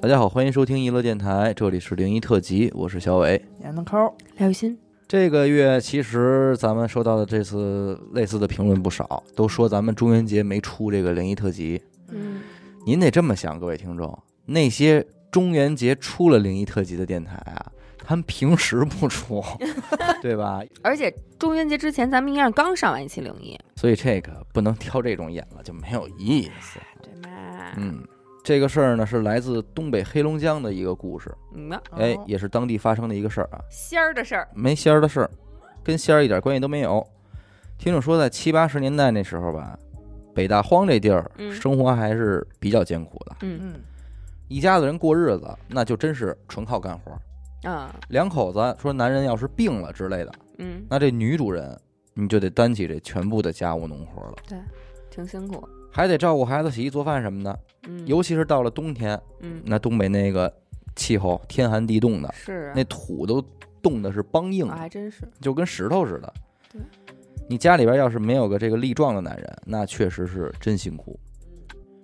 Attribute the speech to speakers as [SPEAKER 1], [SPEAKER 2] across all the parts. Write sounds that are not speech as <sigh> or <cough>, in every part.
[SPEAKER 1] 大家好，欢迎收听娱乐电台，这里是零一特辑，我是小伟。
[SPEAKER 2] 闫德抠，
[SPEAKER 3] 廖雨欣，
[SPEAKER 1] 这个月其实咱们收到的这次类似的评论不少，都说咱们中元节没出这个零一特辑。
[SPEAKER 3] 嗯，
[SPEAKER 1] 您得这么想，各位听众，那些中元节出了零一特辑的电台啊，他们平时不出，对吧？
[SPEAKER 3] 而且中元节之前咱们应该是刚上完一期零一，
[SPEAKER 1] 所以这个不能挑这种眼了，就没有意思。
[SPEAKER 3] 对嘛？
[SPEAKER 1] 嗯，这个事儿呢是来自东北黑龙江的一个故事，
[SPEAKER 3] 嗯呐，
[SPEAKER 1] 哎
[SPEAKER 2] 哦，
[SPEAKER 1] 也是当地发生的一个事儿啊。
[SPEAKER 3] 仙儿的事儿，
[SPEAKER 1] 没仙儿的事儿，跟仙儿一点关系都没有。听众说，在七八十年代那时候吧，北大荒这地儿
[SPEAKER 3] 嗯
[SPEAKER 1] 生活还是比较艰苦的，
[SPEAKER 3] 嗯
[SPEAKER 2] 嗯，
[SPEAKER 1] 一家子人过日子那就真是纯靠干活儿。
[SPEAKER 3] 啊，
[SPEAKER 1] 两口子说，男人要是病了之类的，
[SPEAKER 3] 嗯，
[SPEAKER 1] 那这女主人你就得担起这全部的家务农活了，
[SPEAKER 3] 挺辛苦，
[SPEAKER 1] 还得照顾孩子、洗衣做饭什么的。
[SPEAKER 3] 嗯，
[SPEAKER 1] 尤其是到了冬天，
[SPEAKER 3] 嗯
[SPEAKER 1] 那东北那个气候天寒地冻的，
[SPEAKER 3] 是啊
[SPEAKER 1] 那土都冻的是梆硬
[SPEAKER 3] 啊
[SPEAKER 1] 的。
[SPEAKER 3] 还真是，
[SPEAKER 1] 就跟石头似的
[SPEAKER 3] 对。
[SPEAKER 1] 你家里边要是没有个这个力壮的男人，那确实是真辛苦。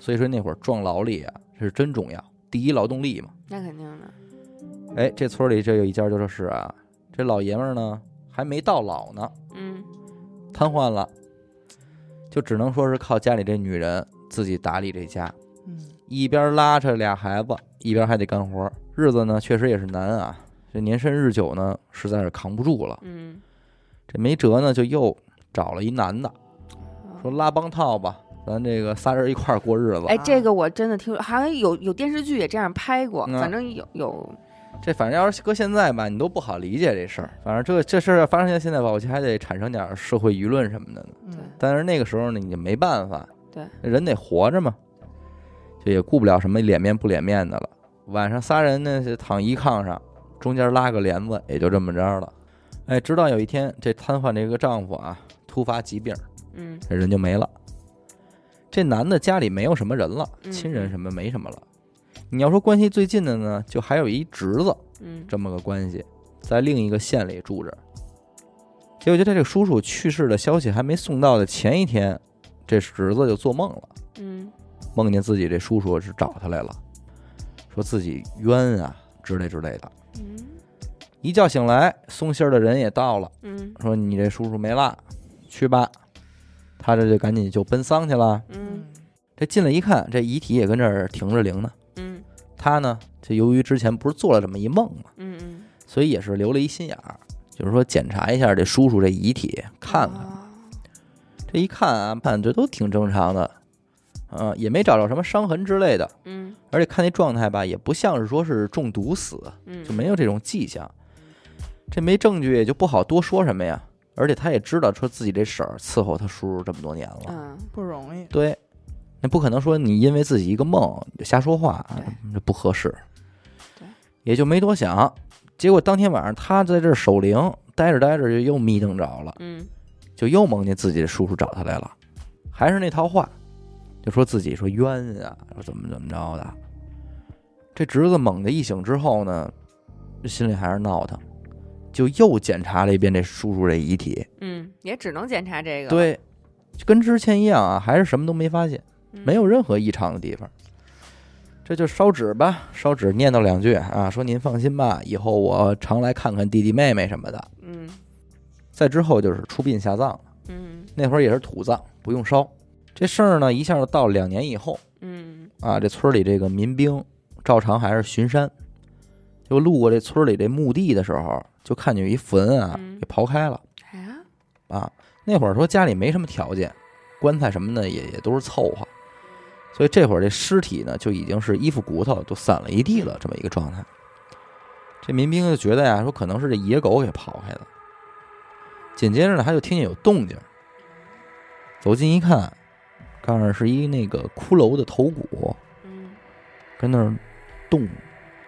[SPEAKER 1] 所以说那会儿壮劳力啊，这是真重要，第一劳动力嘛。
[SPEAKER 3] 那肯定的，
[SPEAKER 1] 哎，这村里这有一家就说是啊，这老爷们儿呢还没到老呢，
[SPEAKER 3] 嗯
[SPEAKER 1] 瘫痪了，就只能说是靠家里这女人自己打理这家，
[SPEAKER 2] 嗯，
[SPEAKER 1] 一边拉扯俩孩子，一边还得干活儿，日子呢确实也是难啊。这年深日久呢，实在是扛不住了，
[SPEAKER 3] 嗯，
[SPEAKER 1] 这没辙呢，就又找了一男的。
[SPEAKER 3] 啊
[SPEAKER 1] 说拉帮套吧，咱这个仨人一块儿过日子。
[SPEAKER 3] 哎，这个我真的听说，好像有有电视剧也这样拍过，
[SPEAKER 1] 嗯
[SPEAKER 3] 反正有有，
[SPEAKER 1] 这反正要是搁现在吧，你都不好理解这事儿。反正这这事儿要发生在现在吧，我觉得还得产生点儿社会舆论什么的呢。
[SPEAKER 2] 嗯
[SPEAKER 3] 对
[SPEAKER 1] 但是那个时候呢，你就没办法，
[SPEAKER 3] 对，
[SPEAKER 1] 人得活着嘛，就也顾不了什么脸面不脸面的了。晚上仨人呢是躺一炕上，中间拉个帘子，也就这么着了。哎，直到有一天，这瘫痪这个丈夫啊突发疾病，
[SPEAKER 3] 嗯
[SPEAKER 1] 这人就没了。这男的家里没有什么人了，
[SPEAKER 3] 嗯
[SPEAKER 1] 亲人什么没什么了。你要说关系最近的呢，就还有一侄子
[SPEAKER 3] 嗯，
[SPEAKER 1] 这么个关系，在另一个县里住着。结果就在这个叔叔去世的消息还没送到的前一天，这侄子就做梦了，
[SPEAKER 3] 嗯
[SPEAKER 1] 梦见自己这叔叔是找他来了，说自己冤啊之类之类的。
[SPEAKER 3] 嗯
[SPEAKER 1] 一觉醒来，送信儿的人也到了，
[SPEAKER 3] 嗯
[SPEAKER 1] 说你这叔叔没啦，去吧。他这就赶紧就奔丧去了。
[SPEAKER 3] 嗯
[SPEAKER 1] 这进来一看，这遗体也跟这儿停着灵呢。
[SPEAKER 3] 嗯
[SPEAKER 1] 他呢，这由于之前不是做了这么一梦嘛，
[SPEAKER 3] 嗯嗯，
[SPEAKER 1] 所以也是留了一心眼儿，就是说检查一下这叔叔这遗体，看看
[SPEAKER 3] 啊
[SPEAKER 1] 这一看啊，看这都挺正常的，嗯、也没找着什么伤痕之类的，
[SPEAKER 3] 嗯
[SPEAKER 1] 而且看那状态吧，也不像是说是中毒死，
[SPEAKER 3] 嗯，
[SPEAKER 1] 就没有这种迹象。这没证据也就不好多说什么呀，而且他也知道说自己这婶儿伺候他叔叔这么多年了，
[SPEAKER 3] 嗯，
[SPEAKER 2] 不容易，
[SPEAKER 1] 对，那不可能说你因为自己一个梦你就瞎说话
[SPEAKER 3] 对，
[SPEAKER 1] 这不合适。
[SPEAKER 3] 对，
[SPEAKER 1] 也就没多想。结果当天晚上他在这儿守灵，待着待着就又迷瞪着了，
[SPEAKER 3] 嗯
[SPEAKER 1] 就又梦见自己的叔叔找他来了，还是那套话，就说自己说冤啊，说怎么怎么着的。这侄子猛地一醒之后呢，心里还是闹腾，就又检查了一遍这叔叔这遗体，
[SPEAKER 3] 嗯，也只能检查这个，，
[SPEAKER 1] 对，就跟之前一样啊，还是什么都没发现。
[SPEAKER 3] 嗯
[SPEAKER 1] 没有任何异常的地方。这就烧纸吧，烧纸念叨两句啊，说您放心吧，以后我常来看看弟弟妹妹什么的。
[SPEAKER 3] 嗯，
[SPEAKER 1] 再之后就是出殡下葬了，
[SPEAKER 3] 嗯
[SPEAKER 1] 那会儿也是土葬，不用烧。这事儿呢，一下就到两年以后
[SPEAKER 3] 嗯
[SPEAKER 1] 啊，这村里这个民兵照常还是巡山，就路过这村里这墓地的时候，就看见有一坟啊
[SPEAKER 3] 嗯
[SPEAKER 1] 给刨开了
[SPEAKER 3] 哎呀，
[SPEAKER 1] 啊。那会儿说家里没什么条件，棺材什么的也也都是凑合，所以这会儿这尸体呢就已经是衣服骨头都散了一地了这么一个状态。这民兵就觉得呀，说可能是这野狗给刨开的。紧接着呢，他就听见有动静，走近一看，看着是一那个骷髅的头骨
[SPEAKER 3] 嗯，
[SPEAKER 1] 跟那儿动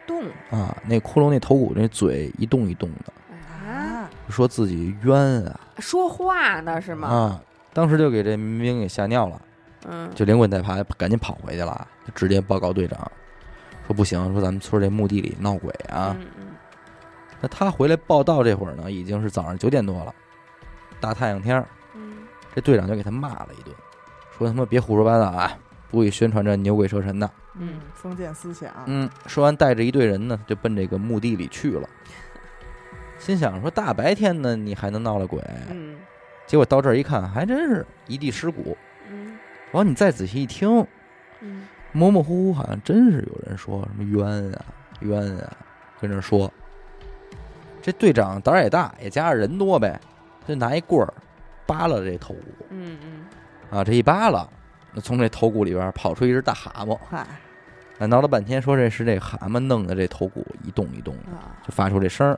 [SPEAKER 3] 动
[SPEAKER 1] 啊，那骷髅那头骨那嘴一动一动的，
[SPEAKER 3] 啊，
[SPEAKER 2] 啊，
[SPEAKER 1] 说自己冤啊
[SPEAKER 3] 说话呢是吗？
[SPEAKER 1] 啊！当时就给这民兵给吓尿了。
[SPEAKER 3] 嗯，
[SPEAKER 1] 就连滚带爬赶紧跑回去了，就直接报告队长，说不行，说咱们村这墓地里闹鬼啊。
[SPEAKER 3] 嗯嗯
[SPEAKER 1] 那他回来报道这会儿呢，已经是早上九点多了，大太阳天儿，
[SPEAKER 3] 嗯
[SPEAKER 1] 这队长就给他骂了一顿，说他妈别胡说八道啊，不许宣传这牛鬼蛇神的。
[SPEAKER 3] 嗯，
[SPEAKER 2] 封建思想，
[SPEAKER 1] 嗯，说完带着一队人呢，就奔这个墓地里去了。心想说大白天呢，你还能闹了鬼？
[SPEAKER 3] 嗯
[SPEAKER 1] 结果到这儿一看，还真是一地尸骨。
[SPEAKER 3] 嗯
[SPEAKER 1] 然后你再仔细一听，
[SPEAKER 3] 嗯
[SPEAKER 1] 模模糊糊好像真是有人说什么冤啊冤啊，跟这说。这队长胆儿也大，也加上人多呗，他就拿一棍儿扒拉这头骨
[SPEAKER 3] 嗯嗯
[SPEAKER 1] 啊，这一扒拉，那从这头骨里边跑出一只大蛤蟆，
[SPEAKER 2] 嗨
[SPEAKER 1] 那挠了半天说这是这蛤蟆弄的这头骨一动一动的，
[SPEAKER 2] 啊，
[SPEAKER 1] 就发出这声儿，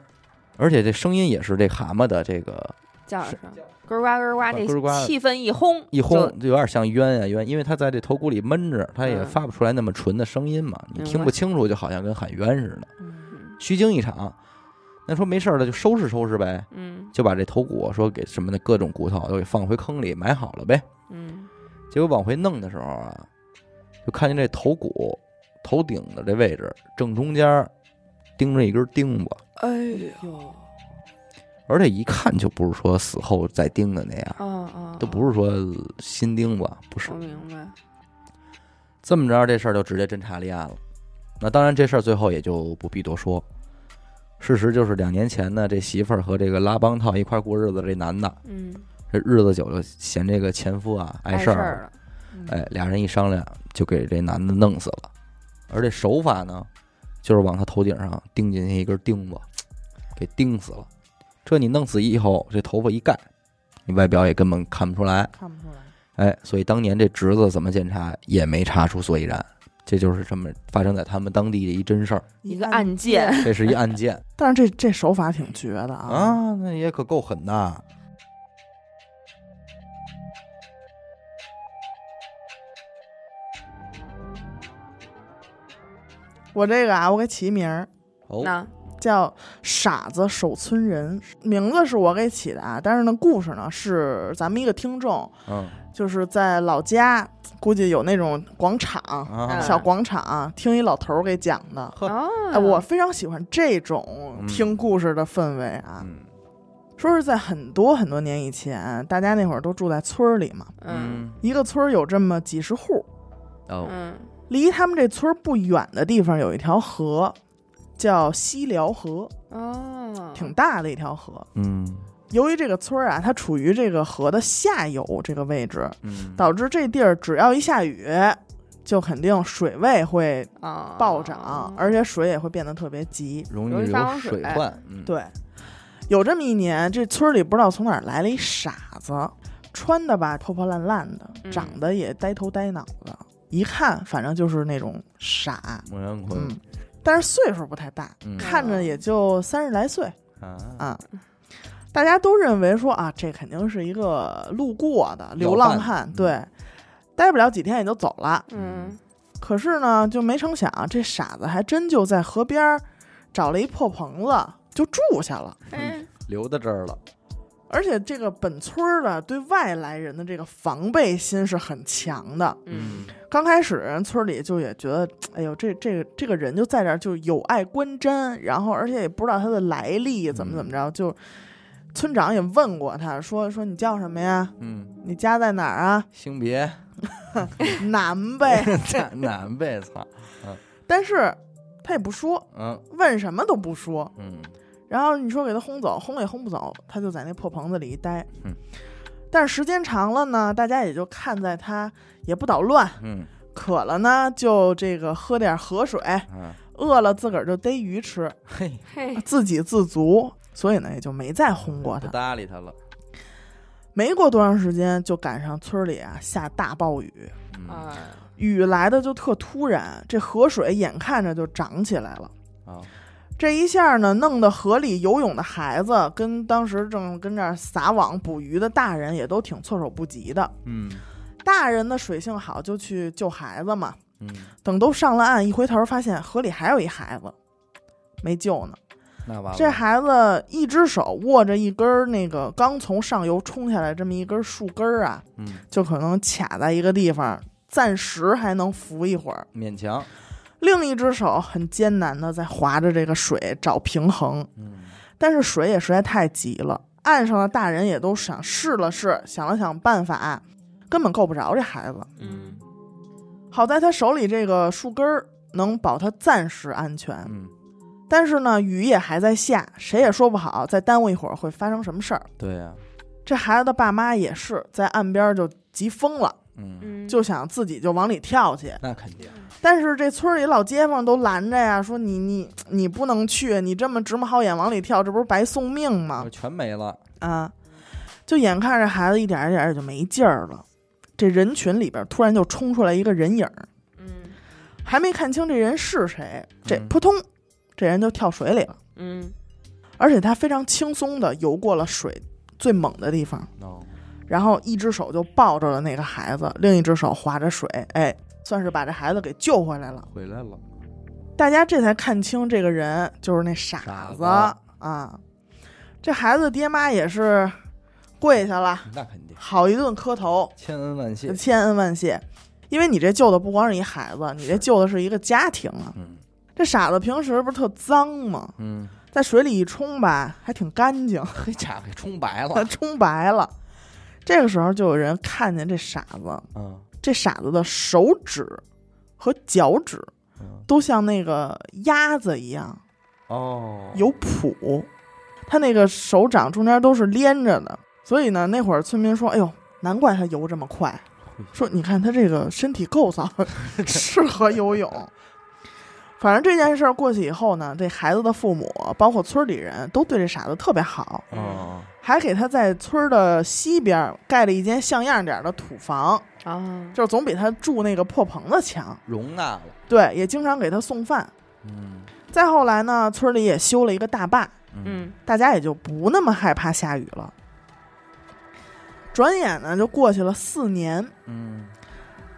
[SPEAKER 1] 而且这声音也是这蛤蟆的这个
[SPEAKER 3] 叫一
[SPEAKER 1] 是
[SPEAKER 3] 声，咯儿呱咯儿呱，
[SPEAKER 1] 咯儿呱
[SPEAKER 3] 这气氛一轰
[SPEAKER 1] 一
[SPEAKER 3] 就
[SPEAKER 1] 轰，就有点像冤啊冤，因为他在这头骨里闷着，他也
[SPEAKER 3] 嗯
[SPEAKER 1] 发不出来那么纯的声音嘛，你
[SPEAKER 3] 明
[SPEAKER 1] 听不
[SPEAKER 3] 白
[SPEAKER 1] 清楚，就好像跟喊冤似的。
[SPEAKER 3] 嗯
[SPEAKER 1] 虚惊一场。那说没事儿了，就收拾收拾呗，
[SPEAKER 3] 嗯
[SPEAKER 1] 就把这头骨说给什么的各种骨头都给放回坑里埋好了呗。
[SPEAKER 3] 嗯
[SPEAKER 1] 结果往回弄的时候啊，就看见这头骨头顶的这位置正中间儿钉着一根钉子，
[SPEAKER 3] 哎呦
[SPEAKER 2] 哟，
[SPEAKER 1] 而且一看就不是说死后再钉的那样，
[SPEAKER 3] 啊啊，
[SPEAKER 1] 都不是说新钉子，不是
[SPEAKER 3] 我。明白，
[SPEAKER 1] 这么着，这事儿就直接侦查立案了。那当然，这事儿最后也就不必多说。事实就是，两年前呢，这媳妇儿和这个拉帮套一块儿过日子的这男的，
[SPEAKER 3] 嗯，
[SPEAKER 1] 这日子久了，嫌这个前夫啊碍
[SPEAKER 3] 碍
[SPEAKER 1] 事
[SPEAKER 3] 事
[SPEAKER 1] 儿，
[SPEAKER 3] 儿了，
[SPEAKER 2] 嗯
[SPEAKER 1] 哎，俩人一商量，就给这男的弄死了。而这手法呢，就是往他头顶上钉进去一根钉子，给钉死了。这你弄死以后，这头发一盖，你外表也根本看不出来。
[SPEAKER 2] 看不出来，
[SPEAKER 1] 哎，所以当年这侄子怎么检查也没查出所以然。这就是这么发生在他们当地的一真事儿，
[SPEAKER 3] 一个案件，
[SPEAKER 1] 这是一案件
[SPEAKER 2] 但是这这手法挺绝的 <laughs> 啊，
[SPEAKER 1] 啊，那也可够狠的。
[SPEAKER 2] 我这个啊，我给起名儿
[SPEAKER 1] 哦，
[SPEAKER 3] 那
[SPEAKER 2] 叫“傻子守村人”，名字是我给起的啊，但是呢，故事呢是咱们一个听众，
[SPEAKER 1] 嗯
[SPEAKER 2] 就是在老家，估计有那种广场、
[SPEAKER 1] 啊，
[SPEAKER 2] 小广场，听一老头儿给讲的。
[SPEAKER 1] 呵
[SPEAKER 3] 哦，
[SPEAKER 2] 哎，我非常喜欢这种
[SPEAKER 1] 嗯
[SPEAKER 2] 听故事的氛围啊！
[SPEAKER 1] 嗯
[SPEAKER 2] 说是在很多很多年以前，大家那会儿都住在村儿里嘛，
[SPEAKER 3] 嗯
[SPEAKER 2] 一个村儿有这么几十户，
[SPEAKER 1] 哦，
[SPEAKER 3] 嗯
[SPEAKER 2] 离他们这村儿不远的地方有一条河，叫西辽河，
[SPEAKER 3] 哦，
[SPEAKER 2] 挺大的一条河。
[SPEAKER 1] 嗯
[SPEAKER 2] 由于这个村儿啊，它处于这个河的下游这个位置，
[SPEAKER 1] 嗯，
[SPEAKER 2] 导致这地儿只要一下雨，就肯定水位会
[SPEAKER 3] 啊
[SPEAKER 2] 暴涨，
[SPEAKER 1] 哦
[SPEAKER 2] 而且水也会变得特别急。
[SPEAKER 1] 容
[SPEAKER 3] 容
[SPEAKER 1] 易
[SPEAKER 3] 易发
[SPEAKER 1] 有
[SPEAKER 3] 生
[SPEAKER 1] 水
[SPEAKER 3] 水
[SPEAKER 1] 患。嗯，
[SPEAKER 2] 对，有这么一年，这村儿里不知道从哪儿来了一傻子，穿的吧破破烂烂的，
[SPEAKER 3] 嗯
[SPEAKER 2] 长得也呆头呆脑的，一看反正就是那种傻，
[SPEAKER 1] 孟阳坤
[SPEAKER 2] 嗯，但是岁数不太大，
[SPEAKER 1] 嗯
[SPEAKER 2] 看着也就三十来岁。
[SPEAKER 1] 啊，
[SPEAKER 2] 啊，大家都认为说啊，这肯定是一个路过的流浪汉
[SPEAKER 1] 嗯，
[SPEAKER 2] 对，待不了几天也就走了。
[SPEAKER 3] 嗯
[SPEAKER 2] 可是呢，就没成想，这傻子还真就在河边儿找了一破棚子就住下了。
[SPEAKER 3] 哎
[SPEAKER 1] 留到这儿了。
[SPEAKER 2] 而且这个本村儿的对外来人的这个防备心是很强的。
[SPEAKER 3] 嗯
[SPEAKER 2] 刚开始人村里就也觉得，哎呦，这这个这个人就在这儿就有碍观瞻，然后而且也不知道他的来历，怎么怎么着，就村长也问过他说说你叫什么呀？
[SPEAKER 1] 嗯，？
[SPEAKER 2] 你家在哪儿啊
[SPEAKER 1] 性别 <laughs>
[SPEAKER 2] 南呗。 <laughs>
[SPEAKER 1] 南北操，
[SPEAKER 2] 但是他也不说，
[SPEAKER 1] 嗯
[SPEAKER 2] 问什么都不说。
[SPEAKER 1] 嗯
[SPEAKER 2] 然后你说给他轰走，轰也轰不走，他就在那破棚子里一待。
[SPEAKER 1] 嗯
[SPEAKER 2] 但是时间长了呢，大家也就看在他也不捣乱，
[SPEAKER 1] 嗯
[SPEAKER 2] 渴了呢就这个喝点河水，
[SPEAKER 1] 嗯，
[SPEAKER 2] 饿了自个儿就逮鱼吃，
[SPEAKER 1] 嘿，
[SPEAKER 3] 嘿，
[SPEAKER 2] 自给自足，所以呢也就没再轰过
[SPEAKER 1] 不
[SPEAKER 2] 他。
[SPEAKER 1] 搭理他了。
[SPEAKER 2] 没过多长时间，就赶上村里啊下大暴雨，
[SPEAKER 1] 嗯
[SPEAKER 3] 啊
[SPEAKER 2] 雨来的就特突然，这河水眼看着就涨起来了。
[SPEAKER 1] 啊，
[SPEAKER 2] 这一下呢，弄得河里游泳的孩子跟当时正跟这儿撒网捕鱼的大人也都挺措手不及的。
[SPEAKER 1] 嗯
[SPEAKER 2] 大人的水性好，就去救孩子嘛。
[SPEAKER 1] 嗯，
[SPEAKER 2] 等都上了岸，一回头发现河里还有一孩子没救呢。
[SPEAKER 1] 那完了，
[SPEAKER 2] 这孩子一只手握着一根儿那个刚从上游冲下来这么一根树根儿啊，
[SPEAKER 1] 嗯
[SPEAKER 2] 就可能卡在一个地方，暂时还能浮一会儿。
[SPEAKER 1] 勉强，
[SPEAKER 2] 另一只手很艰难的在划着这个水找平衡，
[SPEAKER 1] 嗯
[SPEAKER 2] 但是水也实在太急了，岸上的大人也都想试了试，想了想办法，根本够不着这孩子。
[SPEAKER 3] 嗯
[SPEAKER 2] 好在他手里这个树根儿能保他暂时安全，
[SPEAKER 1] 嗯，
[SPEAKER 2] 但是呢，雨也还在下，谁也说不好再耽误一会儿会发生什么事儿。
[SPEAKER 1] 对啊呀，
[SPEAKER 2] 这孩子的爸妈也是在岸边就急疯了，
[SPEAKER 1] 嗯，
[SPEAKER 3] 嗯，
[SPEAKER 2] 就想自己就往里跳去，
[SPEAKER 1] 那肯定，
[SPEAKER 2] 但是这村儿里老街坊都拦着呀，说你你你不能去，你这么直冒好眼往里跳，这不是白送命吗？
[SPEAKER 1] 全没了，
[SPEAKER 2] 啊，就眼看着孩子一点儿一点儿也就没劲儿了，这人群里边儿突然就冲出来一个人影儿，
[SPEAKER 3] 嗯
[SPEAKER 2] 还没看清这人是谁，这
[SPEAKER 1] 嗯
[SPEAKER 2] 扑通，这人就跳水里了，
[SPEAKER 3] 嗯
[SPEAKER 2] 而且他非常轻松的游过了水最猛的地方，
[SPEAKER 1] 哦，
[SPEAKER 2] 然后一只手就抱着了那个孩子，另一只手划着水，哎，算是把这孩子给救回来了。
[SPEAKER 1] 回来了，
[SPEAKER 2] 大家这才看清这个人就是那傻
[SPEAKER 1] 傻
[SPEAKER 2] 子
[SPEAKER 1] 子
[SPEAKER 2] 啊。这孩子爹妈也是跪下了，
[SPEAKER 1] 那肯定，
[SPEAKER 2] 好一顿磕头，
[SPEAKER 1] 千恩万谢，
[SPEAKER 2] 千恩万谢。因为你这救的不光是一孩子，你这
[SPEAKER 1] 是
[SPEAKER 2] 救的是一个家庭啊。
[SPEAKER 1] 嗯
[SPEAKER 2] 这傻子平时不是特脏吗？
[SPEAKER 1] 嗯，
[SPEAKER 2] 在水里一冲吧，还挺干净，
[SPEAKER 1] 黑家伙给冲白了，
[SPEAKER 2] <laughs> 冲白了。这个时候就有人看见这傻子，
[SPEAKER 1] 嗯
[SPEAKER 2] 这傻子的手指和脚趾
[SPEAKER 1] 嗯，
[SPEAKER 2] 都像那个鸭子一样
[SPEAKER 1] 哦，
[SPEAKER 2] 有谱，他那个手掌中间都是连着的，所以呢，那会儿村民说：“哎呦，难怪他游这么快。”说你看他这个身体构造 <laughs> 适合游泳。反正这件事儿过去以后呢，这孩子的父母，包括村里人都对这傻子特别好，
[SPEAKER 1] 哦，
[SPEAKER 2] 还给他在村儿的西边儿盖了一间像样点儿的土房，
[SPEAKER 3] 啊，
[SPEAKER 2] 就是总比他住那个破棚子强。
[SPEAKER 1] 容纳了，
[SPEAKER 2] 对，也经常给他送饭。
[SPEAKER 1] 嗯
[SPEAKER 2] 再后来呢，村里也修了一个大坝，
[SPEAKER 3] 嗯
[SPEAKER 2] 大家也就不那么害怕下雨了。转眼呢，就过去了四年。
[SPEAKER 1] 嗯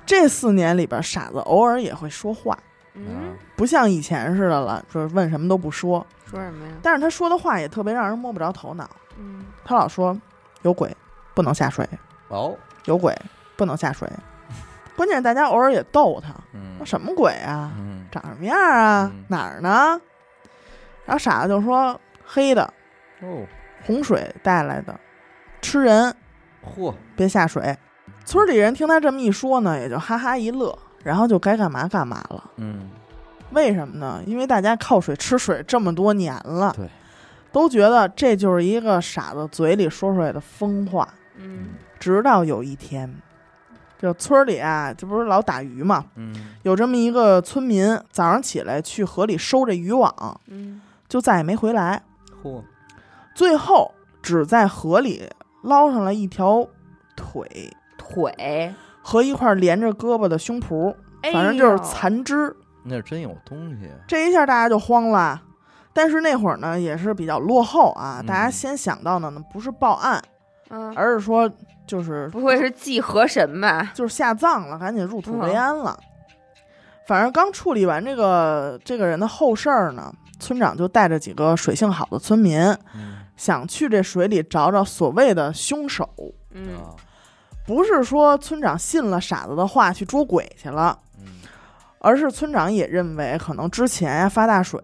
[SPEAKER 2] 这四年里边，傻子偶尔也会说话，
[SPEAKER 3] 嗯，
[SPEAKER 2] 不像以前似的了，就是问什么都不说。
[SPEAKER 3] 说什么呀？
[SPEAKER 2] 但是他说的话也特别让人摸不着头脑。
[SPEAKER 3] 嗯
[SPEAKER 2] 他老说有鬼，不能下水；
[SPEAKER 1] 哦，
[SPEAKER 2] 有鬼，不能下水。关键是大家偶尔也逗他，
[SPEAKER 1] 嗯
[SPEAKER 2] 说什么鬼啊，
[SPEAKER 1] 嗯
[SPEAKER 2] 长什么样啊
[SPEAKER 1] 嗯，
[SPEAKER 2] 哪儿呢？然后傻子就说黑的，
[SPEAKER 1] 哦，
[SPEAKER 2] 洪水带来的，吃人。
[SPEAKER 1] 嚯，
[SPEAKER 2] 别下水。村里人听他这么一说呢，也就哈哈一乐，然后就该干嘛干嘛了。
[SPEAKER 1] 嗯
[SPEAKER 2] 为什么呢？因为大家靠水吃水这么多年了，
[SPEAKER 1] 对，
[SPEAKER 2] 都觉得这就是一个傻子嘴里说出来的疯话。
[SPEAKER 3] 嗯
[SPEAKER 2] 直到有一天，这村里啊，这不是老打鱼嘛，
[SPEAKER 1] 嗯，
[SPEAKER 2] 有这么一个村民早上起来去河里收这渔网，
[SPEAKER 3] 嗯
[SPEAKER 2] 就再也没回来，
[SPEAKER 1] 嚯，
[SPEAKER 2] 最后只在河里捞上来一条腿
[SPEAKER 3] 腿，
[SPEAKER 2] 和一块连着胳膊的胸脯。
[SPEAKER 3] 哎
[SPEAKER 2] 反正就是
[SPEAKER 3] 呦
[SPEAKER 2] 残肢。
[SPEAKER 1] 那是真有东西，啊
[SPEAKER 2] 这一下大家就慌了，但是那会儿呢也是比较落后啊，
[SPEAKER 1] 嗯
[SPEAKER 2] 大家先想到的呢不是报案，
[SPEAKER 3] 嗯，
[SPEAKER 2] 而是说就是
[SPEAKER 3] 不会是祭河神吧？
[SPEAKER 2] 就是下葬了，赶紧入土
[SPEAKER 3] 嗯
[SPEAKER 2] 为安了。反正刚处理完这个这个人的后事儿呢，村长就带着几个水性好的村民，
[SPEAKER 1] 嗯
[SPEAKER 2] 想去这水里找找所谓的凶手。
[SPEAKER 3] 嗯
[SPEAKER 1] 啊，
[SPEAKER 2] 不是说村长信了傻子的话去捉鬼去了，
[SPEAKER 1] 嗯
[SPEAKER 2] 而是村长也认为可能之前呀发大水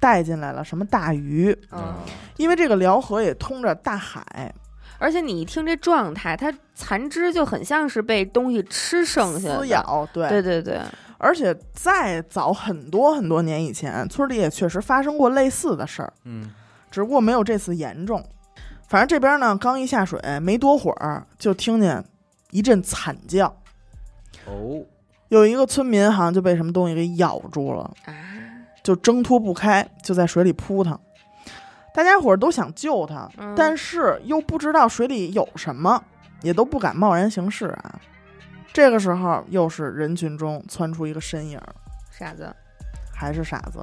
[SPEAKER 2] 带进来了什么大鱼，
[SPEAKER 1] 啊
[SPEAKER 3] 嗯，
[SPEAKER 2] 因为这个辽河也通着大海，
[SPEAKER 3] 而且你一听这状态，它残肢就很像是被东西吃剩下的
[SPEAKER 2] 撕，咬对，
[SPEAKER 3] 对对对，
[SPEAKER 2] 而且再早很多很多年以前，村里也确实发生过类似的事儿，
[SPEAKER 1] 嗯，
[SPEAKER 2] 只不过没有这次严重。反正这边呢，刚一下水没多会儿，就听见一阵惨叫，
[SPEAKER 1] 哦，
[SPEAKER 2] 有一个村民好像就被什么东西给咬住了。
[SPEAKER 3] 啊，
[SPEAKER 2] 就挣脱不开，就在水里扑腾。大家伙儿都想救他，
[SPEAKER 3] 嗯
[SPEAKER 2] 但是又不知道水里有什么，也都不敢贸然行事啊。这个时候，又是人群中窜出一个身影儿，
[SPEAKER 3] 傻子，
[SPEAKER 2] 还是傻子。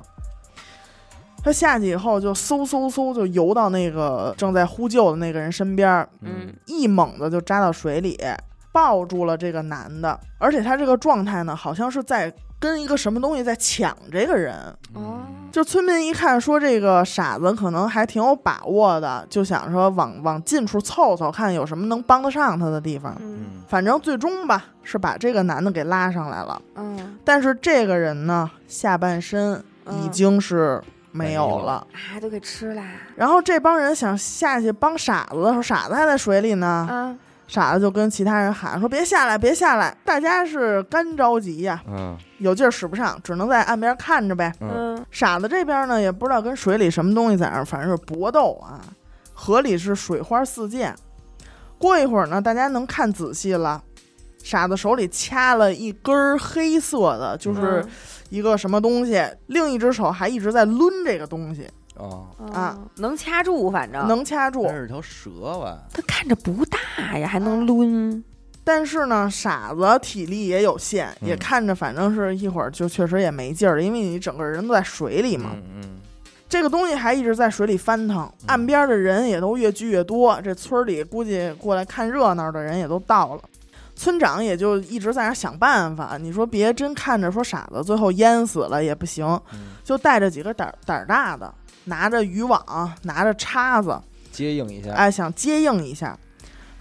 [SPEAKER 2] 他下去以后，就嗖嗖嗖就游到那个正在呼救的那个人身边儿，
[SPEAKER 3] 嗯
[SPEAKER 2] 一猛子就扎到水里，抱住了这个男的。而且他这个状态呢，好像是在跟一个什么东西在抢这个人。
[SPEAKER 3] 哦
[SPEAKER 1] 嗯
[SPEAKER 2] 就村民一看说这个傻子可能还挺有把握的，就想说往往近处凑凑，看有什么能帮得上他的地方。
[SPEAKER 3] 嗯
[SPEAKER 1] 嗯
[SPEAKER 2] 反正最终吧，是把这个男的给拉上来了。
[SPEAKER 3] 嗯
[SPEAKER 2] 但是这个人呢，下半身已
[SPEAKER 3] 嗯
[SPEAKER 2] 经是没有
[SPEAKER 1] 没
[SPEAKER 2] 了。
[SPEAKER 1] 了
[SPEAKER 3] 啊，都给吃啦，
[SPEAKER 2] 然后这帮人想下去帮傻子的时候，傻子还在水里呢。
[SPEAKER 3] 啊，
[SPEAKER 2] 傻子就跟其他人喊说：“别下来，别下来！”大家是干着急呀、
[SPEAKER 1] 嗯
[SPEAKER 2] 有劲儿使不上，只能在岸边看着呗。
[SPEAKER 1] 嗯
[SPEAKER 3] 嗯
[SPEAKER 2] 傻子这边呢，也不知道跟水里什么东西在那儿，反正是搏斗啊。河里是水花四溅。过一会儿呢，大家能看仔细了。傻子手里掐了一根儿黑色的，就是
[SPEAKER 1] 嗯
[SPEAKER 2] 一个什么东西，另一只手还一直在抡这个东西，
[SPEAKER 1] 哦，
[SPEAKER 3] 嗯
[SPEAKER 2] 啊
[SPEAKER 3] 嗯能掐住，反
[SPEAKER 1] 啊
[SPEAKER 3] 正
[SPEAKER 2] 能掐住
[SPEAKER 1] 那。是条蛇吧？
[SPEAKER 3] 他看着不大呀，还能抡，
[SPEAKER 2] 但是呢，傻子体力也有限，
[SPEAKER 1] 嗯
[SPEAKER 2] 也看着，反正是一会儿就确实也没劲儿了，因为你整个人都在水里嘛。
[SPEAKER 1] 嗯
[SPEAKER 2] 这个东西还一直在水里翻腾，岸边的人也都越聚越多，这村里估计过来看热闹的人也都到了。村长也就一直在那儿想办法，你说别真看着说傻子最后淹死了也不行，
[SPEAKER 1] 嗯，
[SPEAKER 2] 就带着几个胆儿胆儿大的，拿着渔网，拿着叉子，
[SPEAKER 1] 接应一下。
[SPEAKER 2] 哎，想接应一下。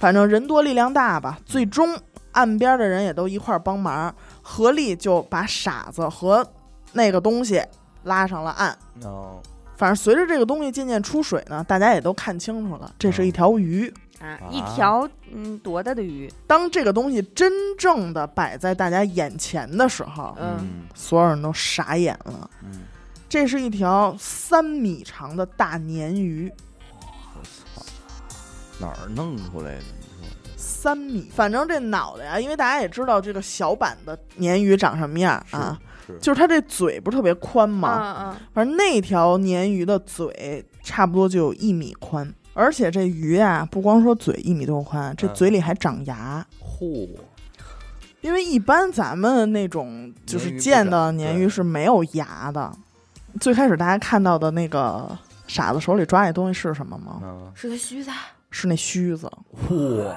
[SPEAKER 2] 反正人多力量大吧，最终岸边的人也都一块儿帮忙，合力就把傻子和那个东西拉上了岸。
[SPEAKER 1] 哦
[SPEAKER 2] 反正随着这个东西渐渐出水呢，大家也都看清楚了，
[SPEAKER 1] 嗯
[SPEAKER 2] 这是一条鱼。
[SPEAKER 3] 啊
[SPEAKER 1] 啊，
[SPEAKER 3] 一条嗯多大的鱼，
[SPEAKER 2] 当这个东西真正的摆在大家眼前的时候，
[SPEAKER 3] 嗯，
[SPEAKER 2] 所有人都傻眼了。
[SPEAKER 1] 嗯，
[SPEAKER 2] 这是一条三米长的大鲶鱼，
[SPEAKER 1] 我操，哪儿弄出来的？你说
[SPEAKER 2] 三米。反正这脑袋呀、啊因为大家也知道这个小版的鲶鱼长什么样啊，
[SPEAKER 1] 是
[SPEAKER 2] 就是它这嘴不是特别宽吗？
[SPEAKER 3] 嗯嗯，
[SPEAKER 2] 反正那条鲶鱼的嘴差不多就有一米宽，而且这鱼啊，不光说嘴一米多宽，这
[SPEAKER 1] 嗯
[SPEAKER 2] 嘴里还长牙。
[SPEAKER 1] 嚯，
[SPEAKER 2] 因为一般咱们那种就是见到鲶鱼是没有牙的。最开始大家看到的那个傻子手里抓那东西是什么吗？
[SPEAKER 1] 啊，
[SPEAKER 3] 是个须子，
[SPEAKER 2] 是那须子，
[SPEAKER 1] 嚯，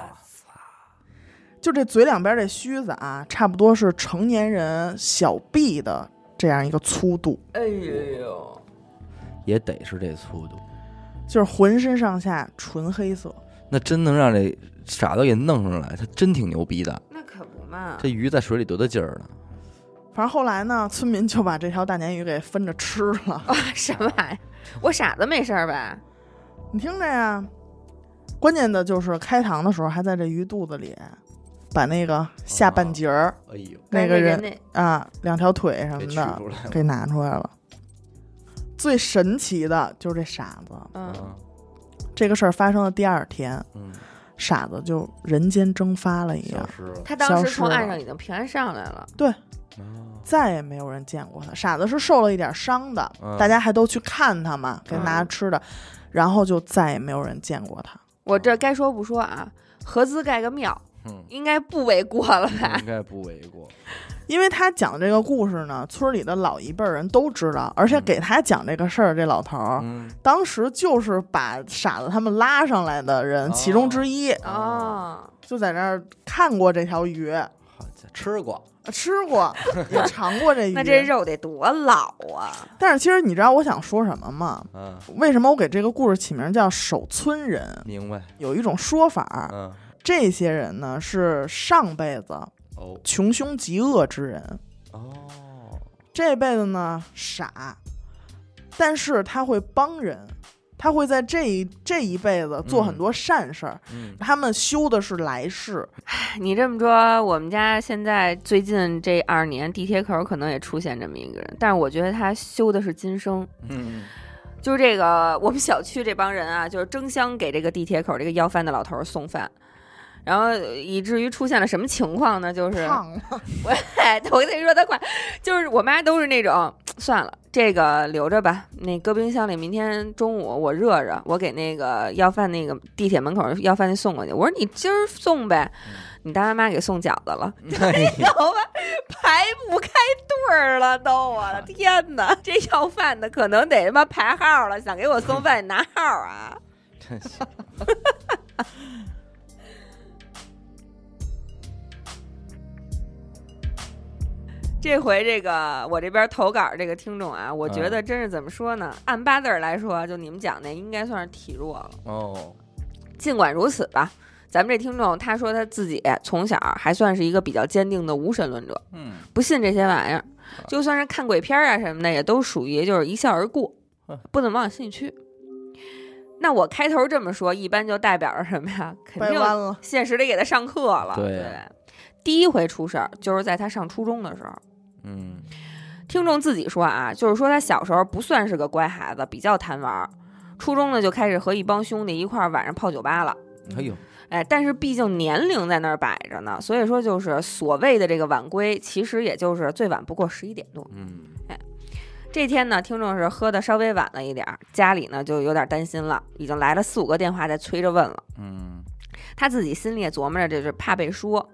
[SPEAKER 2] 就这嘴两边这须子啊，差不多是成年人小臂的这样一个粗度，
[SPEAKER 3] 哎呦，
[SPEAKER 1] 也得是这粗度，
[SPEAKER 2] 就是浑身上下纯黑色。
[SPEAKER 1] 那真能让这傻子给弄上来，他真挺牛逼的。
[SPEAKER 3] 那可不嘛，
[SPEAKER 1] 这鱼在水里多大劲儿呢？
[SPEAKER 2] 反正后来呢，村民就把这条大鲶鱼给分着吃了。
[SPEAKER 3] 啊什么玩意儿？我傻子没事儿吧？
[SPEAKER 2] 你听着呀，关键的就是开膛的时候还在这鱼肚子里，把那个下半截儿、
[SPEAKER 1] 哎呦，
[SPEAKER 2] 那个人
[SPEAKER 3] 那那
[SPEAKER 2] 啊，两条腿什
[SPEAKER 1] 给
[SPEAKER 2] 么
[SPEAKER 1] 取
[SPEAKER 2] 的
[SPEAKER 1] 出来了。
[SPEAKER 2] 给拿出来了。最神奇的就是这傻子，
[SPEAKER 3] 嗯，
[SPEAKER 1] 啊
[SPEAKER 2] 这个事儿发生的第二天，
[SPEAKER 1] 嗯，
[SPEAKER 2] 傻子就人间蒸发了一
[SPEAKER 1] 消
[SPEAKER 2] 样，
[SPEAKER 1] 失了。
[SPEAKER 3] 他当
[SPEAKER 2] 消
[SPEAKER 3] 时
[SPEAKER 2] 失
[SPEAKER 3] 从岸
[SPEAKER 2] 了
[SPEAKER 3] 上已经平安上来了，
[SPEAKER 1] 啊
[SPEAKER 2] 再也没有人见过他。傻子是受了一点伤的，
[SPEAKER 1] 嗯
[SPEAKER 2] 大家还都去看他嘛，给
[SPEAKER 3] 嗯
[SPEAKER 2] 拿吃的，然后就再也没有人见过他。
[SPEAKER 3] 我这该说不说啊，合资盖个庙
[SPEAKER 1] 嗯，
[SPEAKER 3] 应该不为过了吧？
[SPEAKER 1] 应该不为 <laughs> 过。
[SPEAKER 2] 因为他讲这个故事呢，村里的老一辈儿人都知道，而且
[SPEAKER 1] 嗯
[SPEAKER 2] 给他讲这个事儿，这老头儿、
[SPEAKER 1] 嗯，
[SPEAKER 2] 当时就是把傻子他们拉上来的人其中之一。
[SPEAKER 3] 哦，
[SPEAKER 2] 就在那儿看过这条鱼，呃
[SPEAKER 1] 好家伙，吃过。
[SPEAKER 2] 吃过，也尝过这鱼。
[SPEAKER 3] <laughs> 那这肉得多老啊！
[SPEAKER 2] 但是其实你知道我想说什么吗？
[SPEAKER 1] 嗯，
[SPEAKER 2] 为什么我给这个故事起名叫“守村人
[SPEAKER 1] 明白。”？
[SPEAKER 2] 有一种说法，
[SPEAKER 1] 嗯，
[SPEAKER 2] 这些人呢是上辈子
[SPEAKER 1] 哦
[SPEAKER 2] 穷凶极恶之人，
[SPEAKER 1] 哦，
[SPEAKER 2] 这辈子呢傻，但是他会帮人，他会在这一这一辈子做很多善事儿。
[SPEAKER 1] 嗯，
[SPEAKER 2] 他们修的是来世，
[SPEAKER 3] 你这么说，我们家现在最近这二年地铁口可能也出现这么一个人，但是我觉得他修的是今生。
[SPEAKER 1] 嗯，
[SPEAKER 3] 就是这个我们小区这帮人啊，就是争相给这个地铁口这个要饭的老头儿送饭，然后以至于出现了什么情况呢？就是
[SPEAKER 2] 胖了，
[SPEAKER 3] <laughs> 哎，我跟你说，他快，就是我妈都是那种，算了，这个留着吧，那搁冰箱里，明天中午我热热，我给那个要饭那个地铁门口要饭那送过去。我说你今儿送呗，你大妈妈给送饺子了， <laughs>
[SPEAKER 1] 哎
[SPEAKER 3] 头发排不开队儿了，都我的天哪，这要饭的可能得他妈排号了，想给我送饭拿号啊。 <laughs>
[SPEAKER 1] 真行。
[SPEAKER 3] 这回这个我这边投稿这个听众啊，我觉
[SPEAKER 1] 嗯
[SPEAKER 3] 得真是怎么说呢？按八字儿来说，就你们讲那应该算是体弱了。
[SPEAKER 1] 哦，
[SPEAKER 3] 尽管如此吧，咱们这听众他说他自己从小还算是一个比较坚定的无神论者，
[SPEAKER 1] 嗯，
[SPEAKER 3] 不信这些玩意儿，就算是看鬼片儿啊什么的，也都属于就是一笑而过，不能往心里去。那我开头这么说，一般就代表着什么呀？肯
[SPEAKER 2] 掰
[SPEAKER 3] 定
[SPEAKER 2] 弯了，
[SPEAKER 3] 现实里给他上课了。
[SPEAKER 1] 对
[SPEAKER 3] 对
[SPEAKER 1] 呀
[SPEAKER 3] 第一回出事儿就是在他上初中的时候。
[SPEAKER 1] 嗯
[SPEAKER 3] 听众自己说啊，就是说他小时候不算是个乖孩子，比较贪玩儿。初中呢就开始和一帮兄弟一块儿晚上泡酒吧了，
[SPEAKER 1] 哎呦，
[SPEAKER 3] 哎，但是毕竟年龄在那儿摆着呢，所以说就是所谓的这个晚归，其实也就是最晚不过十一点多。
[SPEAKER 1] 嗯
[SPEAKER 3] 这天呢，听众是喝的稍微晚了一点儿，家里呢就有点担心了，已经来了四五个电话在催着问了。
[SPEAKER 1] 嗯
[SPEAKER 3] 他自己心里也琢磨着，这是怕被说。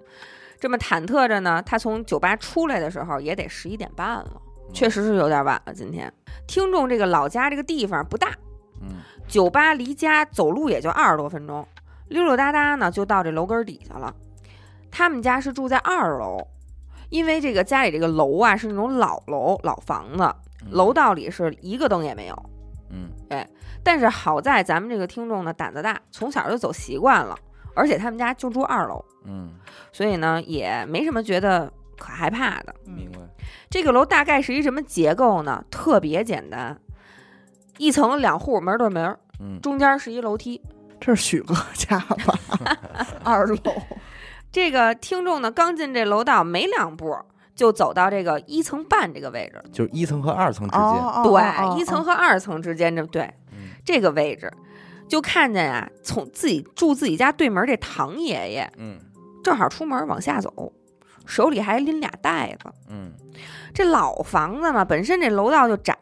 [SPEAKER 3] 这么忐忑着呢，他从酒吧出来的时候也得十一点半了，确实是有点晚了。今天听众这个老家这个地方不大，
[SPEAKER 1] 嗯，
[SPEAKER 3] 酒吧离家走路也就二十多分钟，溜溜达达呢就到这楼根儿底下了。他们家是住在二楼，因为这个家里这个楼啊是那种老楼老房子，
[SPEAKER 1] 嗯
[SPEAKER 3] 楼，道里是一个灯也没有。
[SPEAKER 1] 嗯
[SPEAKER 3] 但是好在咱们这个听众呢胆子大，从小就走习惯了，而且他们家就住二楼，
[SPEAKER 1] 嗯，
[SPEAKER 3] 所以呢也没什么觉得可害怕的。
[SPEAKER 1] 嗯
[SPEAKER 2] 嗯
[SPEAKER 1] 明白，
[SPEAKER 3] 这个楼大概是一什么结构呢？特别简单，一层两户，门对门儿，
[SPEAKER 1] 嗯
[SPEAKER 3] 中间是一楼梯。
[SPEAKER 2] 这是许哥家
[SPEAKER 3] <laughs>
[SPEAKER 2] 吧？二楼，
[SPEAKER 3] 这个听众呢刚进这楼道没两步。就走到这个一层半这个位置了，
[SPEAKER 1] 就是一层和二层之
[SPEAKER 2] 哦
[SPEAKER 1] 间，
[SPEAKER 2] 哦，
[SPEAKER 3] 对，
[SPEAKER 2] 哦
[SPEAKER 3] 一层，和二层之间这对
[SPEAKER 1] 嗯
[SPEAKER 3] 这个位置，就看见啊，从自己住自己家对门这唐爷爷，
[SPEAKER 1] 嗯
[SPEAKER 3] 正好出门往下走，手里还拎俩袋子。
[SPEAKER 1] 嗯
[SPEAKER 3] 这老房子嘛，本身这楼道就窄，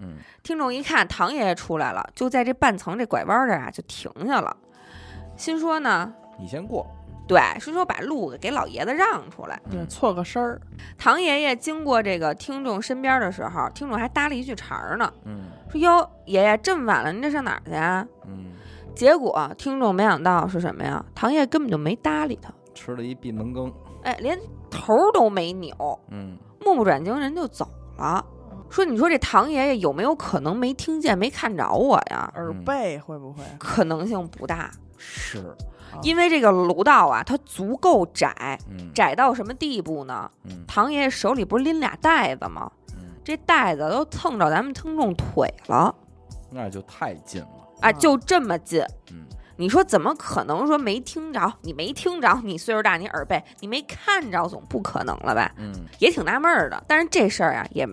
[SPEAKER 1] 嗯
[SPEAKER 3] 听众一看唐爷爷出来了，就在这半层这拐弯这儿啊就停下了，心说呢，
[SPEAKER 1] 你先过，
[SPEAKER 3] 对，心说把路给老爷子让出来。
[SPEAKER 2] 对，
[SPEAKER 1] 嗯
[SPEAKER 2] 错个身儿，
[SPEAKER 3] 唐爷爷经过这个听众身边的时候，听众还搭了一句茬儿呢，
[SPEAKER 1] 嗯
[SPEAKER 3] 说：“哟，爷爷这么晚了，您这上哪儿去啊
[SPEAKER 1] 嗯，？”
[SPEAKER 3] 结果听众没想到是什么呀？唐爷爷根本就没搭理他，
[SPEAKER 1] 吃了一闭门羹，
[SPEAKER 3] 哎，连头儿都没扭，
[SPEAKER 1] 嗯
[SPEAKER 3] 目不转睛人就走了。说你说这唐爷爷有没有可能没听见、没看着我呀？
[SPEAKER 2] 耳背会不会？
[SPEAKER 3] 可能性不大，
[SPEAKER 1] 是，
[SPEAKER 3] 因为这个楼道啊，它足够窄，
[SPEAKER 1] 嗯
[SPEAKER 3] 窄到什么地步呢？
[SPEAKER 1] 嗯
[SPEAKER 3] 唐爷爷手里不是拎俩袋子吗？
[SPEAKER 1] 嗯，
[SPEAKER 3] 这袋子都蹭着咱们听众腿了，
[SPEAKER 1] 那就太近了，
[SPEAKER 3] 啊，
[SPEAKER 2] 嗯
[SPEAKER 3] 就这么近。
[SPEAKER 1] 嗯
[SPEAKER 3] 你说怎么可能说没听着？你没听着，你岁数大，你耳背，你没看着，总不可能了吧？
[SPEAKER 1] 嗯，
[SPEAKER 3] 也挺纳闷儿的。但是这事儿啊，也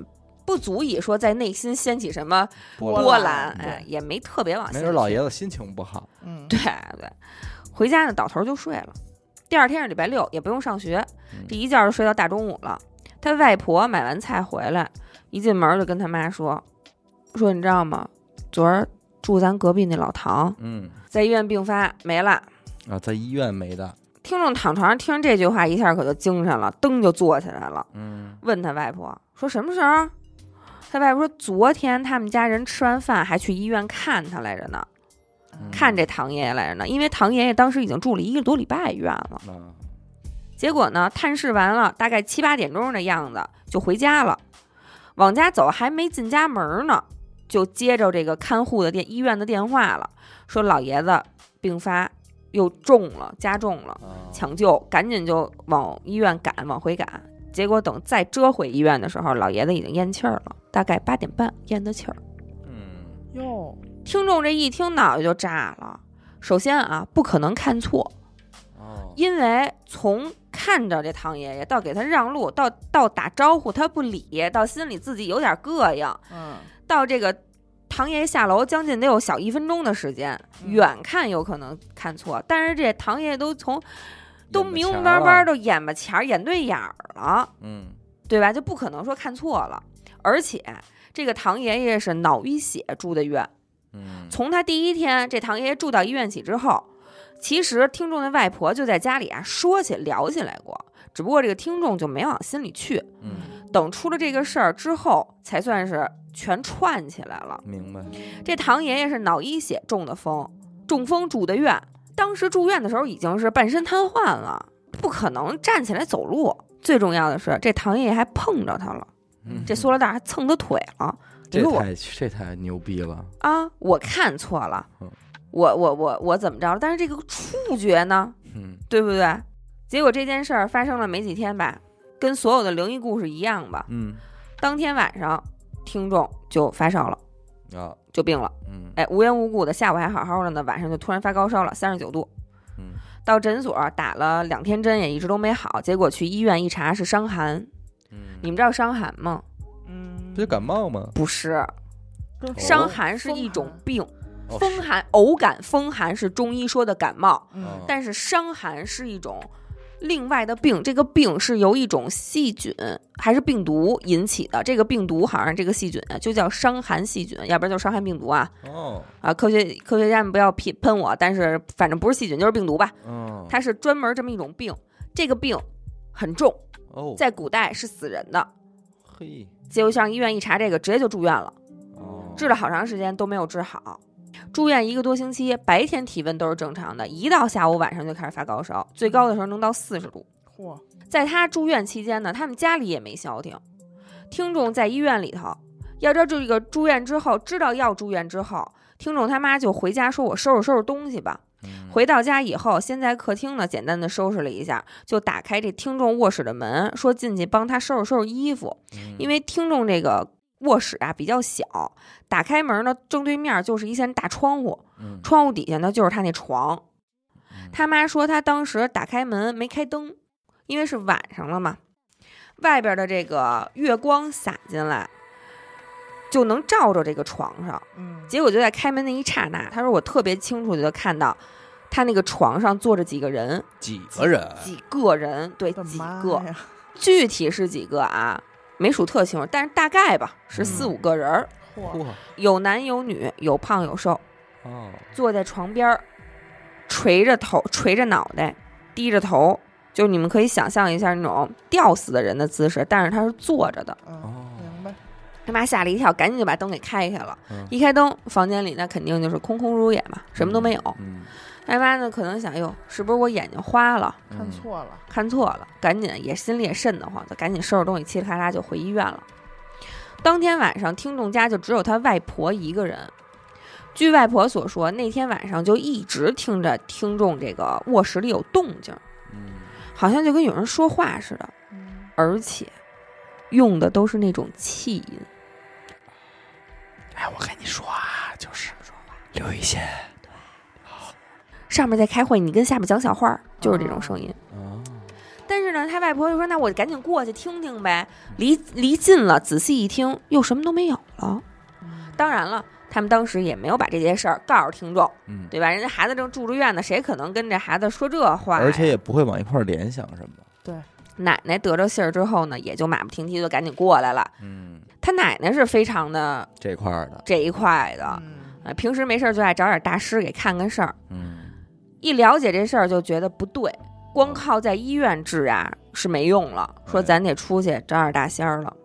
[SPEAKER 3] 不足以说在内心掀起什么
[SPEAKER 1] 波
[SPEAKER 3] 波澜，
[SPEAKER 2] 澜
[SPEAKER 3] 哎，也没特别往心
[SPEAKER 1] 没
[SPEAKER 3] 里
[SPEAKER 1] 准老爷子心情不好，
[SPEAKER 2] 嗯，
[SPEAKER 3] 对对，回家呢倒头就睡了。第二天是礼拜六，也不用上学
[SPEAKER 1] 嗯，
[SPEAKER 3] 这一觉就睡到大中午了。他外婆买完菜回来，一进门就跟他妈说：“说你知道吗？昨儿住咱隔壁那老唐
[SPEAKER 1] 嗯
[SPEAKER 3] 在医院病发没了。
[SPEAKER 1] 啊，在医院没的，”
[SPEAKER 3] 听众躺床上听这句话，一下可就精神了，噔就坐起来了，
[SPEAKER 1] 嗯
[SPEAKER 3] 问他外婆说：“什么时候？”他外婆说：“昨天他们家人吃完饭还去医院看他来着呢，
[SPEAKER 1] 嗯
[SPEAKER 3] 看这唐爷爷来着呢，因为唐爷爷当时已经住了一个多礼拜院了。”
[SPEAKER 1] 啊，
[SPEAKER 3] 结果呢，探视完了，大概七八点钟的样子就回家了。往家走还没进家门呢，就接着这个看护的电医院的电话了，说老爷子病发又重了，加重了，
[SPEAKER 1] 啊
[SPEAKER 3] 抢救，赶紧就往医院赶，往回赶。结果等再折回医院的时候，老爷子已经咽气儿了，大概八点半咽的气儿。
[SPEAKER 1] 嗯
[SPEAKER 2] 哟，
[SPEAKER 3] 听众这一听脑袋就炸了，首先啊，不可能看错，
[SPEAKER 1] 哦，
[SPEAKER 3] 因为从看着这唐爷爷到给他让路，到到打招呼他不理，到心里自己有点膈应，
[SPEAKER 2] 嗯，
[SPEAKER 3] 到这个唐爷爷下楼将近得有小一分钟的时间，
[SPEAKER 2] 嗯
[SPEAKER 3] 远看有可能看错，但是这唐爷爷都从都
[SPEAKER 1] 眼巴
[SPEAKER 3] 明明
[SPEAKER 1] 前
[SPEAKER 3] 白白
[SPEAKER 1] 了，
[SPEAKER 3] 都眼巴前儿眼对眼儿了，
[SPEAKER 1] 嗯
[SPEAKER 3] 对吧？就不可能说看错了，而且。这个唐爷爷是脑淤血住的院，
[SPEAKER 1] 嗯，
[SPEAKER 3] 从他第一天这唐爷爷住到医院起之后，其实听众的外婆就在家里啊说起聊起来过，只不过这个听众就没往心里去。
[SPEAKER 1] 嗯
[SPEAKER 3] 等出了这个事儿之后，才算是全串起来了。
[SPEAKER 1] 明白，
[SPEAKER 3] 这唐爷爷是脑溢血中的风，中风住的院，当时住院的时候已经是半身瘫痪了，不可能站起来走路。最重要的是，这唐爷爷还碰着他了，
[SPEAKER 1] 嗯
[SPEAKER 3] 这塑料袋还蹭他腿了。你
[SPEAKER 1] 这
[SPEAKER 3] 说我
[SPEAKER 1] 太这太牛逼了，
[SPEAKER 3] 啊，我看错了
[SPEAKER 1] 嗯，
[SPEAKER 3] 我我我我怎么着了？但是这个触觉呢，
[SPEAKER 1] 嗯
[SPEAKER 3] 对不对？结果这件事儿发生了没几天吧，跟所有的灵异故事一样吧。
[SPEAKER 1] 嗯，
[SPEAKER 3] 当天晚上，听众就发烧了，
[SPEAKER 1] 啊，
[SPEAKER 3] 就病了。
[SPEAKER 1] 嗯
[SPEAKER 3] 哎，无缘无故的，下午还好好的呢，晚上就突然发高烧了，三十九度。
[SPEAKER 1] 嗯，
[SPEAKER 3] 到诊所打了两天针，也一直都没好。结果去医院一查是伤寒。
[SPEAKER 1] 嗯，
[SPEAKER 3] 你们知道伤寒吗？
[SPEAKER 2] 嗯
[SPEAKER 1] 不就感冒吗？
[SPEAKER 3] 不是，
[SPEAKER 2] 跟
[SPEAKER 3] 伤
[SPEAKER 1] 哦
[SPEAKER 3] 寒是一种病，
[SPEAKER 1] 哦
[SPEAKER 3] 风寒、偶感风寒是中医说的感冒，
[SPEAKER 2] 风寒，
[SPEAKER 1] 哦
[SPEAKER 3] 但是伤寒是一种另外的病。这个病是由一种细菌还是病毒引起的？这个病毒好像这个细菌啊就叫伤寒细菌，要不然就伤寒病毒啊。
[SPEAKER 1] 哦，
[SPEAKER 3] 啊，科学科学家们不要批喷我，但是反正不是细菌就是病毒吧。
[SPEAKER 1] 嗯，
[SPEAKER 3] 它是专门这么一种病，这个病很重，
[SPEAKER 1] 哦，
[SPEAKER 3] 在古代是死人的。
[SPEAKER 1] 嘿，
[SPEAKER 3] 结果上医院一查，这个直接就住院了，
[SPEAKER 1] 哦，
[SPEAKER 3] 治了好长时间都没有治好。住院一个多星期，白天体温都是正常的，一到下午晚上就开始发高烧，最高的时候能到四十度。
[SPEAKER 2] 嗯嚯，
[SPEAKER 3] 在他住院期间呢，他们家里也没消停。听众在医院里头，要知道这个住院之后，知道要住院之后，听众他妈就回家说：“我收拾收拾东西吧。”
[SPEAKER 1] 嗯
[SPEAKER 3] 回到家以后，先在客厅呢简单的收拾了一下，就打开这听众卧室的门，说进去帮他收拾收拾衣服，
[SPEAKER 1] 嗯
[SPEAKER 3] 因为听众这个卧室啊比较小，打开门呢正对面就是一扇大窗户，
[SPEAKER 1] 嗯
[SPEAKER 3] 窗户底下呢就是他那床
[SPEAKER 1] 嗯。
[SPEAKER 3] 他妈说他当时打开门没开灯，因为是晚上了嘛，外边的这个月光洒进来，就能照着这个床上。
[SPEAKER 2] 嗯，
[SPEAKER 3] 结果就在开门那一刹那，他说我特别清楚的看到，他那个床上坐着几个人，
[SPEAKER 1] 几个人？
[SPEAKER 3] 几个人，对，
[SPEAKER 2] 我的
[SPEAKER 3] 几
[SPEAKER 2] 妈
[SPEAKER 3] 个，嗯
[SPEAKER 2] 呀，
[SPEAKER 3] 具体是几个啊？没数特清楚，但是大概吧，是
[SPEAKER 1] 嗯
[SPEAKER 3] 四五个人儿，
[SPEAKER 2] 嚯，
[SPEAKER 1] 嚯，
[SPEAKER 3] 有男有女，有胖有瘦，
[SPEAKER 1] 哦，
[SPEAKER 3] 坐在床边儿，垂着头，垂着脑袋，低着头，就你们可以想象一下那种吊死的人的姿势，但是他是坐着的。
[SPEAKER 2] 嗯，
[SPEAKER 1] 哦，
[SPEAKER 2] 明白，
[SPEAKER 3] 他妈吓了一跳，赶紧就把灯给开开了。
[SPEAKER 1] 嗯
[SPEAKER 3] 一开灯，房间里那肯定就是空空如也嘛，什么都没有。
[SPEAKER 1] 嗯，
[SPEAKER 3] 他妈呢，可能想，哟，是不是我眼睛花了，
[SPEAKER 2] 看
[SPEAKER 1] 嗯，
[SPEAKER 2] 错了，
[SPEAKER 3] 看错了？赶紧也心里也瘆得慌，就赶紧收拾东西，嘁哩咔啦就回医院了。当天晚上，听众家就只有他外婆一个人。据外婆所说，那天晚上就一直听着听众这个卧室里有动静，
[SPEAKER 1] 嗯，
[SPEAKER 3] 好像就跟有人说话似的，
[SPEAKER 2] 嗯，
[SPEAKER 3] 而且用的都是那种气音。
[SPEAKER 2] 哎，我跟你说啊，就是
[SPEAKER 1] 刘雨欣
[SPEAKER 3] 上面在开会，你跟下面讲小话儿，就是这种声音。
[SPEAKER 1] 啊，
[SPEAKER 3] 但是呢，他外婆就说：“那我赶紧过去听听呗。离”离近了，仔细一听，又什么都没有了。当然了，他们当时也没有把这件事儿告诉听众，
[SPEAKER 1] 嗯，
[SPEAKER 3] 对吧？人家孩子正住着院呢，谁可能跟这孩子说这话呀？
[SPEAKER 1] 而且也不会往一块儿联想什么的，
[SPEAKER 3] 奶奶得着信儿之后呢，也就马不停蹄就赶紧过来了。
[SPEAKER 1] 嗯，
[SPEAKER 3] 他奶奶是非常的
[SPEAKER 1] 这块儿的，
[SPEAKER 3] 这一块的，
[SPEAKER 2] 嗯
[SPEAKER 3] 呃平时没事儿就爱找点大师给看看事儿。
[SPEAKER 1] 嗯，
[SPEAKER 3] 一了解这事儿就觉得不对，光靠在医院治啊是没用了，说
[SPEAKER 1] 对
[SPEAKER 3] 咱得出去找点大仙儿了。
[SPEAKER 1] 嗯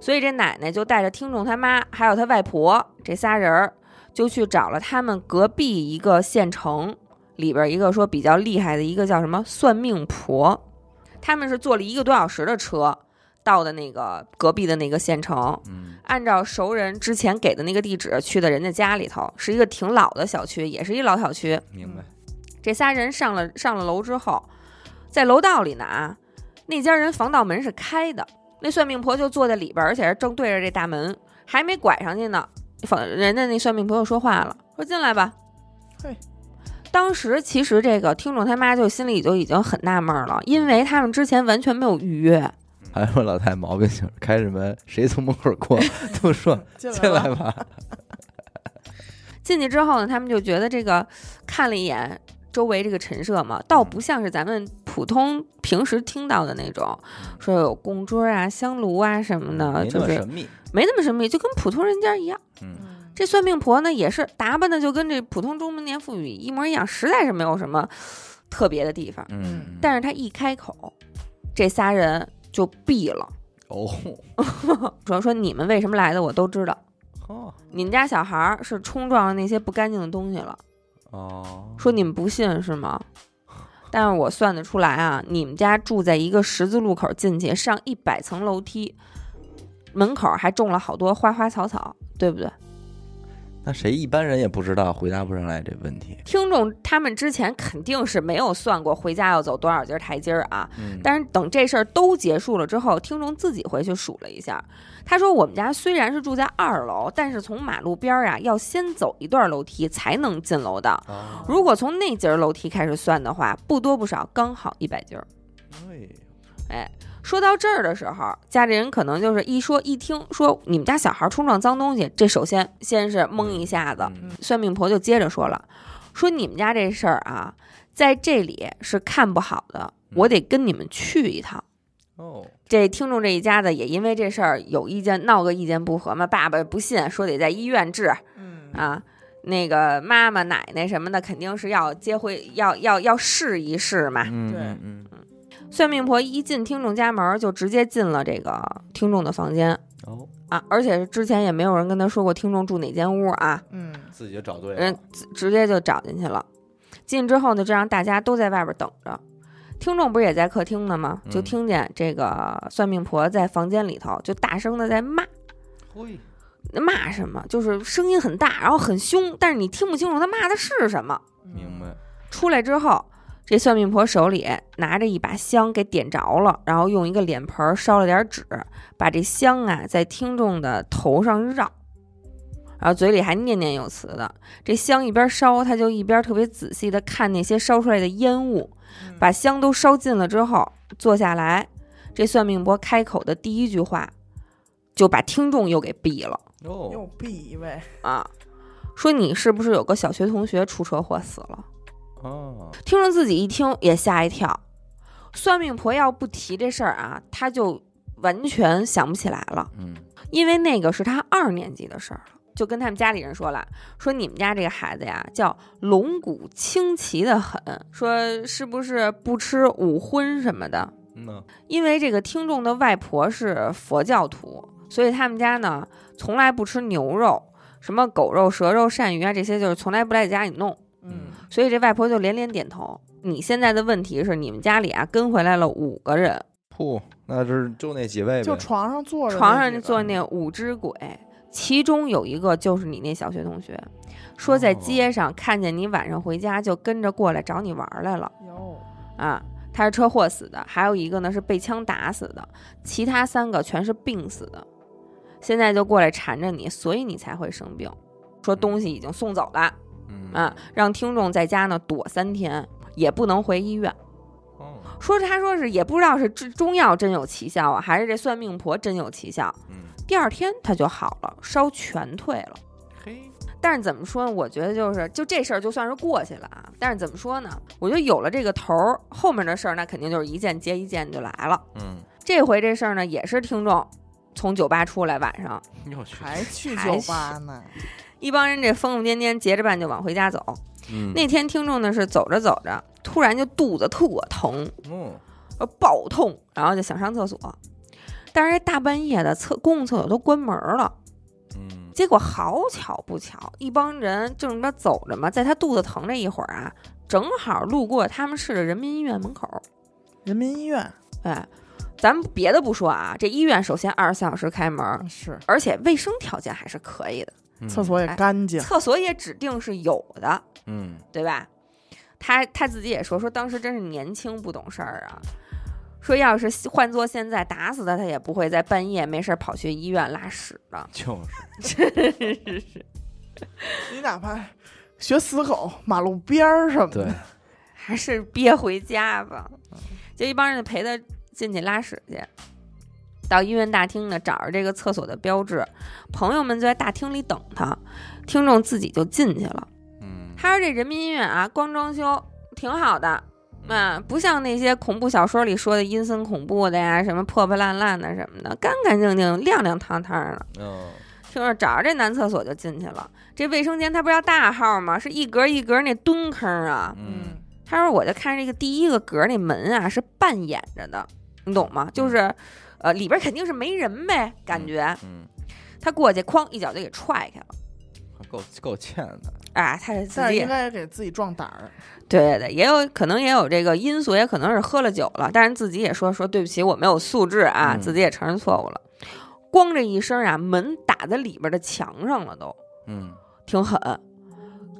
[SPEAKER 3] 所以这奶奶就带着听众他妈还有他外婆这仨人儿，就去找了他们隔壁一个县城里边一个说比较厉害的一个叫什么算命婆，他们是坐了一个多小时的车到的那个隔壁的那个县城。
[SPEAKER 1] 嗯，
[SPEAKER 3] 按照熟人之前给的那个地址去的人家家里头，是一个挺老的小区，也是一老小区。
[SPEAKER 1] 明白，
[SPEAKER 3] 这仨人上了上了楼之后，在楼道里呢啊，那家人防盗门是开的，那算命婆就坐在里边，而且是正对着这大门，还没拐上去呢，防人家那算命婆就说话了，说进来吧。
[SPEAKER 2] 嘿，
[SPEAKER 3] 当时其实这个听众他妈就心里就已经很纳闷了，因为他们之前完全没有预约，
[SPEAKER 1] 嗯还有老太毛病就是开着门，谁从门口 <laughs> 过都说
[SPEAKER 2] 进
[SPEAKER 1] 进
[SPEAKER 2] 来
[SPEAKER 1] 来
[SPEAKER 2] 了，
[SPEAKER 1] 吧，
[SPEAKER 3] 进去之后呢，他们就觉得这个看了一眼周围这个陈设嘛，倒
[SPEAKER 1] 嗯
[SPEAKER 3] 不像是咱们普通平时听到的那种，说有供桌啊、香炉啊什么的，
[SPEAKER 1] 嗯没那
[SPEAKER 3] 就
[SPEAKER 1] 么
[SPEAKER 3] 是
[SPEAKER 1] 神秘，
[SPEAKER 3] 没那么神秘，就跟普通人家一样。
[SPEAKER 1] 嗯
[SPEAKER 2] 嗯
[SPEAKER 3] 这算命婆呢，也是打扮的就跟这普通中年妇女一模一样，实在是没有什么特别的地方。
[SPEAKER 1] 嗯，
[SPEAKER 3] 但是她一开口，这仨人就毙了，
[SPEAKER 1] 哦，
[SPEAKER 3] 说说你们为什么来的我都知道，
[SPEAKER 1] 呵，
[SPEAKER 3] 你们家小孩儿是冲撞了那些不干净的东西了。
[SPEAKER 1] 哦，
[SPEAKER 3] 说你们不信是吗？但是我算得出来啊，你们家住在一个十字路口进去，上一百层楼梯，门口还种了好多花花草草，对不对？
[SPEAKER 1] 那谁一般人也不知道，回答不上来这问题。
[SPEAKER 3] 听众他们之前肯定是没有算过回家要走多少节台阶儿啊，
[SPEAKER 1] 嗯
[SPEAKER 3] 但是等这事儿都结束了之后，听众自己回去数了一下，他说我们家虽然是住在二楼，但是从马路边儿啊要先走一段楼梯才能进楼道。
[SPEAKER 1] 啊，
[SPEAKER 3] 如果从那节儿楼梯开始算的话，不多不少，刚好一百节儿。
[SPEAKER 1] 哎
[SPEAKER 3] 说到这儿的时候，家里人可能就是一说一听说你们家小孩冲撞脏东西，这首先先是懵一下子，
[SPEAKER 1] 嗯
[SPEAKER 3] 算命婆就接着说了，说你们家这事儿啊，在这里是看不好的，
[SPEAKER 1] 嗯
[SPEAKER 3] 我得跟你们去一趟。
[SPEAKER 1] 哦，
[SPEAKER 3] 这听众这一家子也因为这事儿有意见，闹个意见不合嘛。爸爸不信，说得在医院治
[SPEAKER 2] 嗯
[SPEAKER 3] 啊。那个妈妈、奶奶什么的，肯定是要接回，要要要试一试嘛。
[SPEAKER 1] 嗯
[SPEAKER 2] 对
[SPEAKER 1] 嗯嗯，
[SPEAKER 3] 算命婆一进听众家门，就直接进了这个听众的房间
[SPEAKER 1] 哦，
[SPEAKER 3] 啊，而且是之前也没有人跟他说过听众住哪间屋啊，
[SPEAKER 2] 嗯
[SPEAKER 1] 自己就找对
[SPEAKER 3] 人直直接就找进去了。进之后呢，就让大家都在外边等着。听众不是也在客厅呢吗？就
[SPEAKER 1] 嗯
[SPEAKER 3] 听见这个算命婆在房间里头就大声的在骂
[SPEAKER 1] 嘿，
[SPEAKER 3] 骂什么，就是声音很大，然后很凶，但是你听不清楚他骂的是什么。
[SPEAKER 1] 明白。
[SPEAKER 3] 出来之后，这算命婆手里拿着一把香给点着了，然后用一个脸盆儿烧了点纸，把这香啊在听众的头上绕，然后嘴里还念念有词的。这香一边烧，他就一边特别仔细的看那些烧出来的烟雾，
[SPEAKER 2] 嗯
[SPEAKER 3] 把香都烧尽了之后，坐下来，这算命婆开口的第一句话，就把听众又给毙了
[SPEAKER 2] 又
[SPEAKER 1] 哦，
[SPEAKER 2] 避一位，
[SPEAKER 3] 啊！说你是不是有个小学同学出车祸死了？
[SPEAKER 1] 哦，
[SPEAKER 3] 听众自己一听也吓一跳。算命婆要不提这事儿啊，他就完全想不起来了，
[SPEAKER 1] 嗯，
[SPEAKER 3] 因为那个是他二年级的事儿了。就跟他们家里人说了，说你们家这个孩子呀，叫龙骨清奇的很，说是不是不吃五荤什么的？
[SPEAKER 1] 嗯呢，
[SPEAKER 3] 因为这个听众的外婆是佛教徒，所以他们家呢从来不吃牛肉，什么狗肉、蛇肉、鳝鱼啊这些，就是从来不来家里弄。
[SPEAKER 2] 嗯
[SPEAKER 3] 所以这外婆就连连点头。你现在的问题是，你们家里啊跟回来了五个人，
[SPEAKER 1] 噗，那是就那几位呗，
[SPEAKER 2] 就床上坐着，
[SPEAKER 3] 床上坐
[SPEAKER 2] 坐
[SPEAKER 3] 那五只鬼，其中有一个就是你那小学同学，说在
[SPEAKER 1] 哦
[SPEAKER 3] 街上看见你晚上回家就跟着过来找你玩儿来了
[SPEAKER 2] 哟，
[SPEAKER 3] 啊。他是车祸死的，还有一个呢是被枪打死的，其他三个全是病死的。现在就过来缠着你，所以你才会生病。说东西已经送走了
[SPEAKER 1] 嗯
[SPEAKER 3] 啊，，让听众在家呢躲三天，也不能回医院。
[SPEAKER 1] 哦
[SPEAKER 3] 说是他说是也不知道是中中药真有奇效啊，还是这算命婆真有奇效。
[SPEAKER 1] 嗯，
[SPEAKER 3] 第二天他就好了，烧全退了。
[SPEAKER 1] 嘿，
[SPEAKER 3] 但是怎么说呢？我觉得就是就这事儿就算是过去了啊。但是怎么说呢？我觉得有了这个头儿，后面的事儿那肯定就是一件接一件就来了。
[SPEAKER 1] 嗯，
[SPEAKER 3] 这回这事儿呢，也是听众从酒吧出来，晚上
[SPEAKER 1] 又去，
[SPEAKER 2] 还去
[SPEAKER 3] 还
[SPEAKER 2] 酒吧呢？
[SPEAKER 3] 一帮人这疯疯癫癫，结着伴就往回家走。
[SPEAKER 1] 嗯，
[SPEAKER 3] 那天听众呢是走着走着，突然就肚子特疼，
[SPEAKER 1] 哦，
[SPEAKER 3] 呃爆痛，然后就想上厕所，但是这大半夜的厕公共厕所都关门了。
[SPEAKER 1] 嗯，
[SPEAKER 3] 结果好巧不巧，一帮人正着走着嘛，在他肚子疼这一会儿啊，正好路过他们市的人民医院门口。
[SPEAKER 2] 人民医院
[SPEAKER 3] 哎，咱们别的不说啊，这医院首先二十四小时开门，
[SPEAKER 2] 是
[SPEAKER 3] 而且卫生条件还是可以的，
[SPEAKER 1] 嗯
[SPEAKER 2] 厕，所也
[SPEAKER 3] 哎
[SPEAKER 2] 干净，
[SPEAKER 3] 厕所也指定是有的，
[SPEAKER 1] 嗯，
[SPEAKER 3] 对吧？他他自己也说，说当时真是年轻不懂事儿啊。说要是换做现在，打死他他也不会在半夜没事儿跑去医院拉屎了。
[SPEAKER 1] 就是，
[SPEAKER 3] 哎
[SPEAKER 2] 你哪怕学死狗马路边儿什么
[SPEAKER 1] 对
[SPEAKER 3] <laughs>
[SPEAKER 2] 的，，
[SPEAKER 3] 还是憋回家吧。就一帮人就陪他进去拉屎去，到医院大厅呢找着这个厕所的标志，朋友们就在大厅里等他，听众自己就进去了。
[SPEAKER 1] 嗯，
[SPEAKER 3] 他说这人民医院啊，光装修挺好的。嗯，不像那些恐怖小说里说的阴森恐怖的呀，什么破破烂烂的什么的，干干净净、亮亮堂堂的。
[SPEAKER 1] 嗯，
[SPEAKER 3] 听着找着这男厕所就进去了。这卫生间它不是要大号吗？是一格一格那蹲坑啊。
[SPEAKER 1] 嗯，
[SPEAKER 3] 他说我就看这个第一个格那门啊是半掩着的，你懂吗？就是，呃，里边肯定是没人呗，感觉
[SPEAKER 1] 嗯，
[SPEAKER 3] 他过去哐一脚就给踹开了。
[SPEAKER 1] 还嗯够够欠的，
[SPEAKER 3] 啊，他自
[SPEAKER 2] 但是
[SPEAKER 3] 己也
[SPEAKER 2] 应该给自己壮胆儿，
[SPEAKER 3] 对对对，也有可能也有这个因素，也可能是喝了酒了，但是自己也说说对不起，我没有素质啊，
[SPEAKER 1] 嗯
[SPEAKER 3] 自己也承认错误了。咣这一声啊，门打在里边的墙上了都，
[SPEAKER 1] 嗯，
[SPEAKER 3] 挺狠。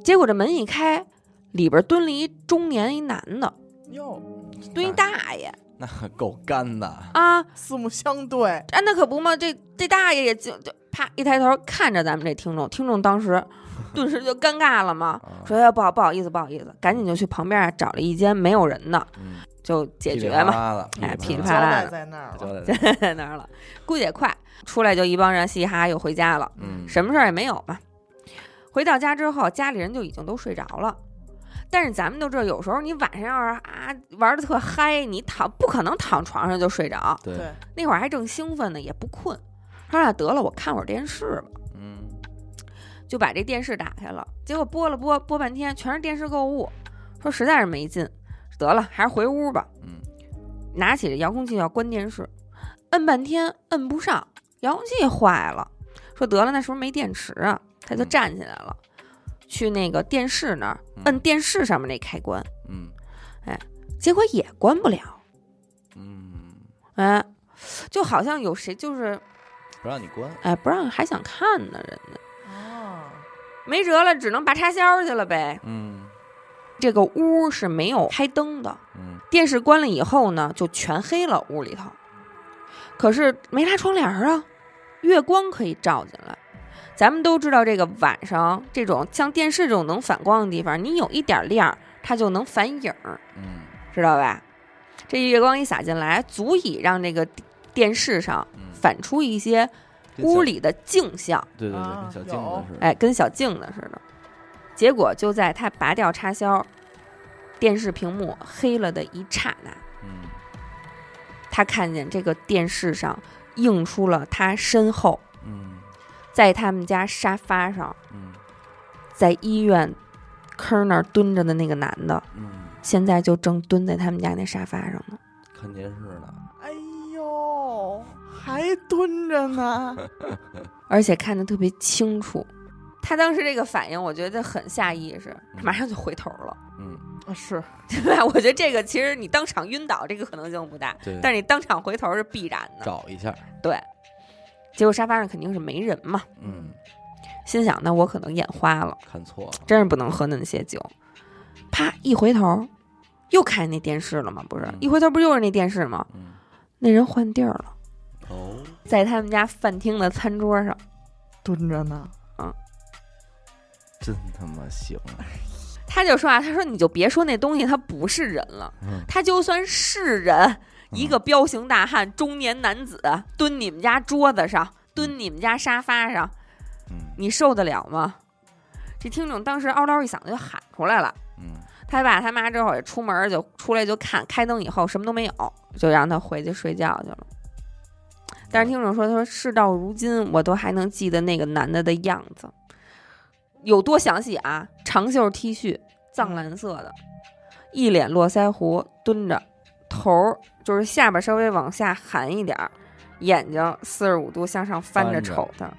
[SPEAKER 3] 结果这门一开，里边蹲了一中年一男的，
[SPEAKER 2] <laughs> 哟，
[SPEAKER 3] 蹲一大爷
[SPEAKER 1] 嗯那够干的，
[SPEAKER 3] 啊
[SPEAKER 2] 四目相对，
[SPEAKER 3] 啊，那可不嘛，这这大爷也就就啪一抬头看着咱们这听众，听众当 <laughs> 时顿时就尴尬了嘛，
[SPEAKER 1] 啊
[SPEAKER 3] 说哎不好不好意思不好意思，赶紧就去旁边啊找了一间没有人的
[SPEAKER 1] 嗯，
[SPEAKER 3] 就解
[SPEAKER 1] 噼里
[SPEAKER 3] 决
[SPEAKER 1] 啪
[SPEAKER 3] 嘛，
[SPEAKER 1] 啦的，
[SPEAKER 3] 哎噼里
[SPEAKER 2] 交
[SPEAKER 3] 啪啦
[SPEAKER 2] 代
[SPEAKER 3] 的
[SPEAKER 2] 在那儿
[SPEAKER 1] 交
[SPEAKER 2] 了，
[SPEAKER 1] 代的，
[SPEAKER 3] <laughs> 在那儿了，估计也快出来就一帮人嘻嘻哈哈又回家了。
[SPEAKER 1] 嗯，
[SPEAKER 3] 什么事儿也没有嘛。回到家之后，家里人就已经都睡着了。但是咱们都知道，有时候你晚上要是啊玩的特嗨，你躺不可能躺床上就睡着，
[SPEAKER 1] 对，
[SPEAKER 2] 对，
[SPEAKER 3] 那会儿还正兴奋呢，也不困。他说啊得了，我看会儿电视吧，
[SPEAKER 1] 嗯，
[SPEAKER 3] 就把这电视打开了。结果播了播，播半天全是电视购物，说实在是没劲，得了，还是回屋吧。
[SPEAKER 1] 嗯，
[SPEAKER 3] 拿起这遥控器要关电视，摁半天摁不上，遥控器坏了，说得了，那是不是没电池啊？他就
[SPEAKER 1] 嗯
[SPEAKER 3] 站起来了，去那个电视那儿
[SPEAKER 1] 嗯
[SPEAKER 3] 摁电视上面那开关，
[SPEAKER 1] 嗯，
[SPEAKER 3] 结果也关不了，
[SPEAKER 1] 嗯，
[SPEAKER 3] 哎，就好像有谁就是
[SPEAKER 1] 不让你关，
[SPEAKER 3] 哎不让还想看呢，人家
[SPEAKER 2] 哦，
[SPEAKER 3] 没辙了，只能拔插销去了呗。
[SPEAKER 1] 嗯
[SPEAKER 3] 这个屋是没有开灯的，
[SPEAKER 1] 嗯，
[SPEAKER 3] 电视关了以后呢，就全黑了屋里头。可是没拉窗帘儿啊，月光可以照进来。咱们都知道，这个晚上这种像电视这种能反光的地方，你有一点亮儿，它就能反影儿，
[SPEAKER 1] 嗯
[SPEAKER 3] 知道吧？这月光一洒进来，足以让这个电视上
[SPEAKER 1] 嗯，
[SPEAKER 3] 反出一些
[SPEAKER 1] 跟
[SPEAKER 3] 屋
[SPEAKER 1] 小，
[SPEAKER 3] 里的镜像，
[SPEAKER 1] 对对对，
[SPEAKER 2] 啊
[SPEAKER 1] 跟小
[SPEAKER 2] 有
[SPEAKER 1] 镜子似的，
[SPEAKER 3] 哎，跟小镜子似的。结果就在他拔掉插销，电视屏幕黑了的一刹那，
[SPEAKER 1] 嗯，
[SPEAKER 3] 他看见这个电视上映出了他身后，
[SPEAKER 1] 嗯
[SPEAKER 3] 在他们家沙发上，
[SPEAKER 1] 嗯
[SPEAKER 3] 在医院坑那儿蹲着的那个男的，
[SPEAKER 1] 嗯，
[SPEAKER 3] 现在就正蹲在他们家那沙发上呢。
[SPEAKER 1] 看电视呢，
[SPEAKER 2] 哎呦，还蹲着呢，
[SPEAKER 3] 而且看得特别清楚。他当时这个反应，我觉得很下意识，马上就回头了， <laughs>
[SPEAKER 1] 嗯，
[SPEAKER 2] <laughs> 啊是
[SPEAKER 3] 对吧？我觉得这个其实你当场晕倒，这个可能性不大，
[SPEAKER 1] 对，
[SPEAKER 3] 但是你当场回头是必然的。
[SPEAKER 1] 找一下，
[SPEAKER 3] 对，结果沙发上肯定是没人嘛，
[SPEAKER 1] 嗯，
[SPEAKER 3] 心想那我可能眼花了。
[SPEAKER 1] 看错了，
[SPEAKER 3] 真是不能喝那些酒。啪，一回头，又看那电视了吗？不是
[SPEAKER 1] 嗯，
[SPEAKER 3] 一回头不又是那电视吗？
[SPEAKER 1] 嗯，
[SPEAKER 3] 那人换地儿了，
[SPEAKER 1] 哦，
[SPEAKER 3] 在他们家饭厅的餐桌上。
[SPEAKER 2] 蹲着呢， <laughs>
[SPEAKER 1] 真他妈行啊，
[SPEAKER 3] 他就说啊，他说你就别说那东西它不是人了，
[SPEAKER 1] 嗯
[SPEAKER 3] 他就算是人，
[SPEAKER 1] 嗯
[SPEAKER 3] 一个彪形大汉中年男子蹲你们家桌子上，蹲你们家沙发上，
[SPEAKER 1] 嗯
[SPEAKER 3] 你受得了吗？这听众当时嗷嗷一响就喊出来了。
[SPEAKER 1] 嗯
[SPEAKER 3] 他爸他妈之后也出门儿就出来就看，开灯以后什么都没有，就让他回去睡觉去了。但是听众说，他说事到如今，我都还能记得那个男的的样子，有多详细啊？长袖 T 恤，藏蓝色的，一脸络腮胡，蹲着，头儿就是下巴稍微往下含一点儿，眼睛四十五度向上翻着
[SPEAKER 1] 翻着
[SPEAKER 3] 瞅他。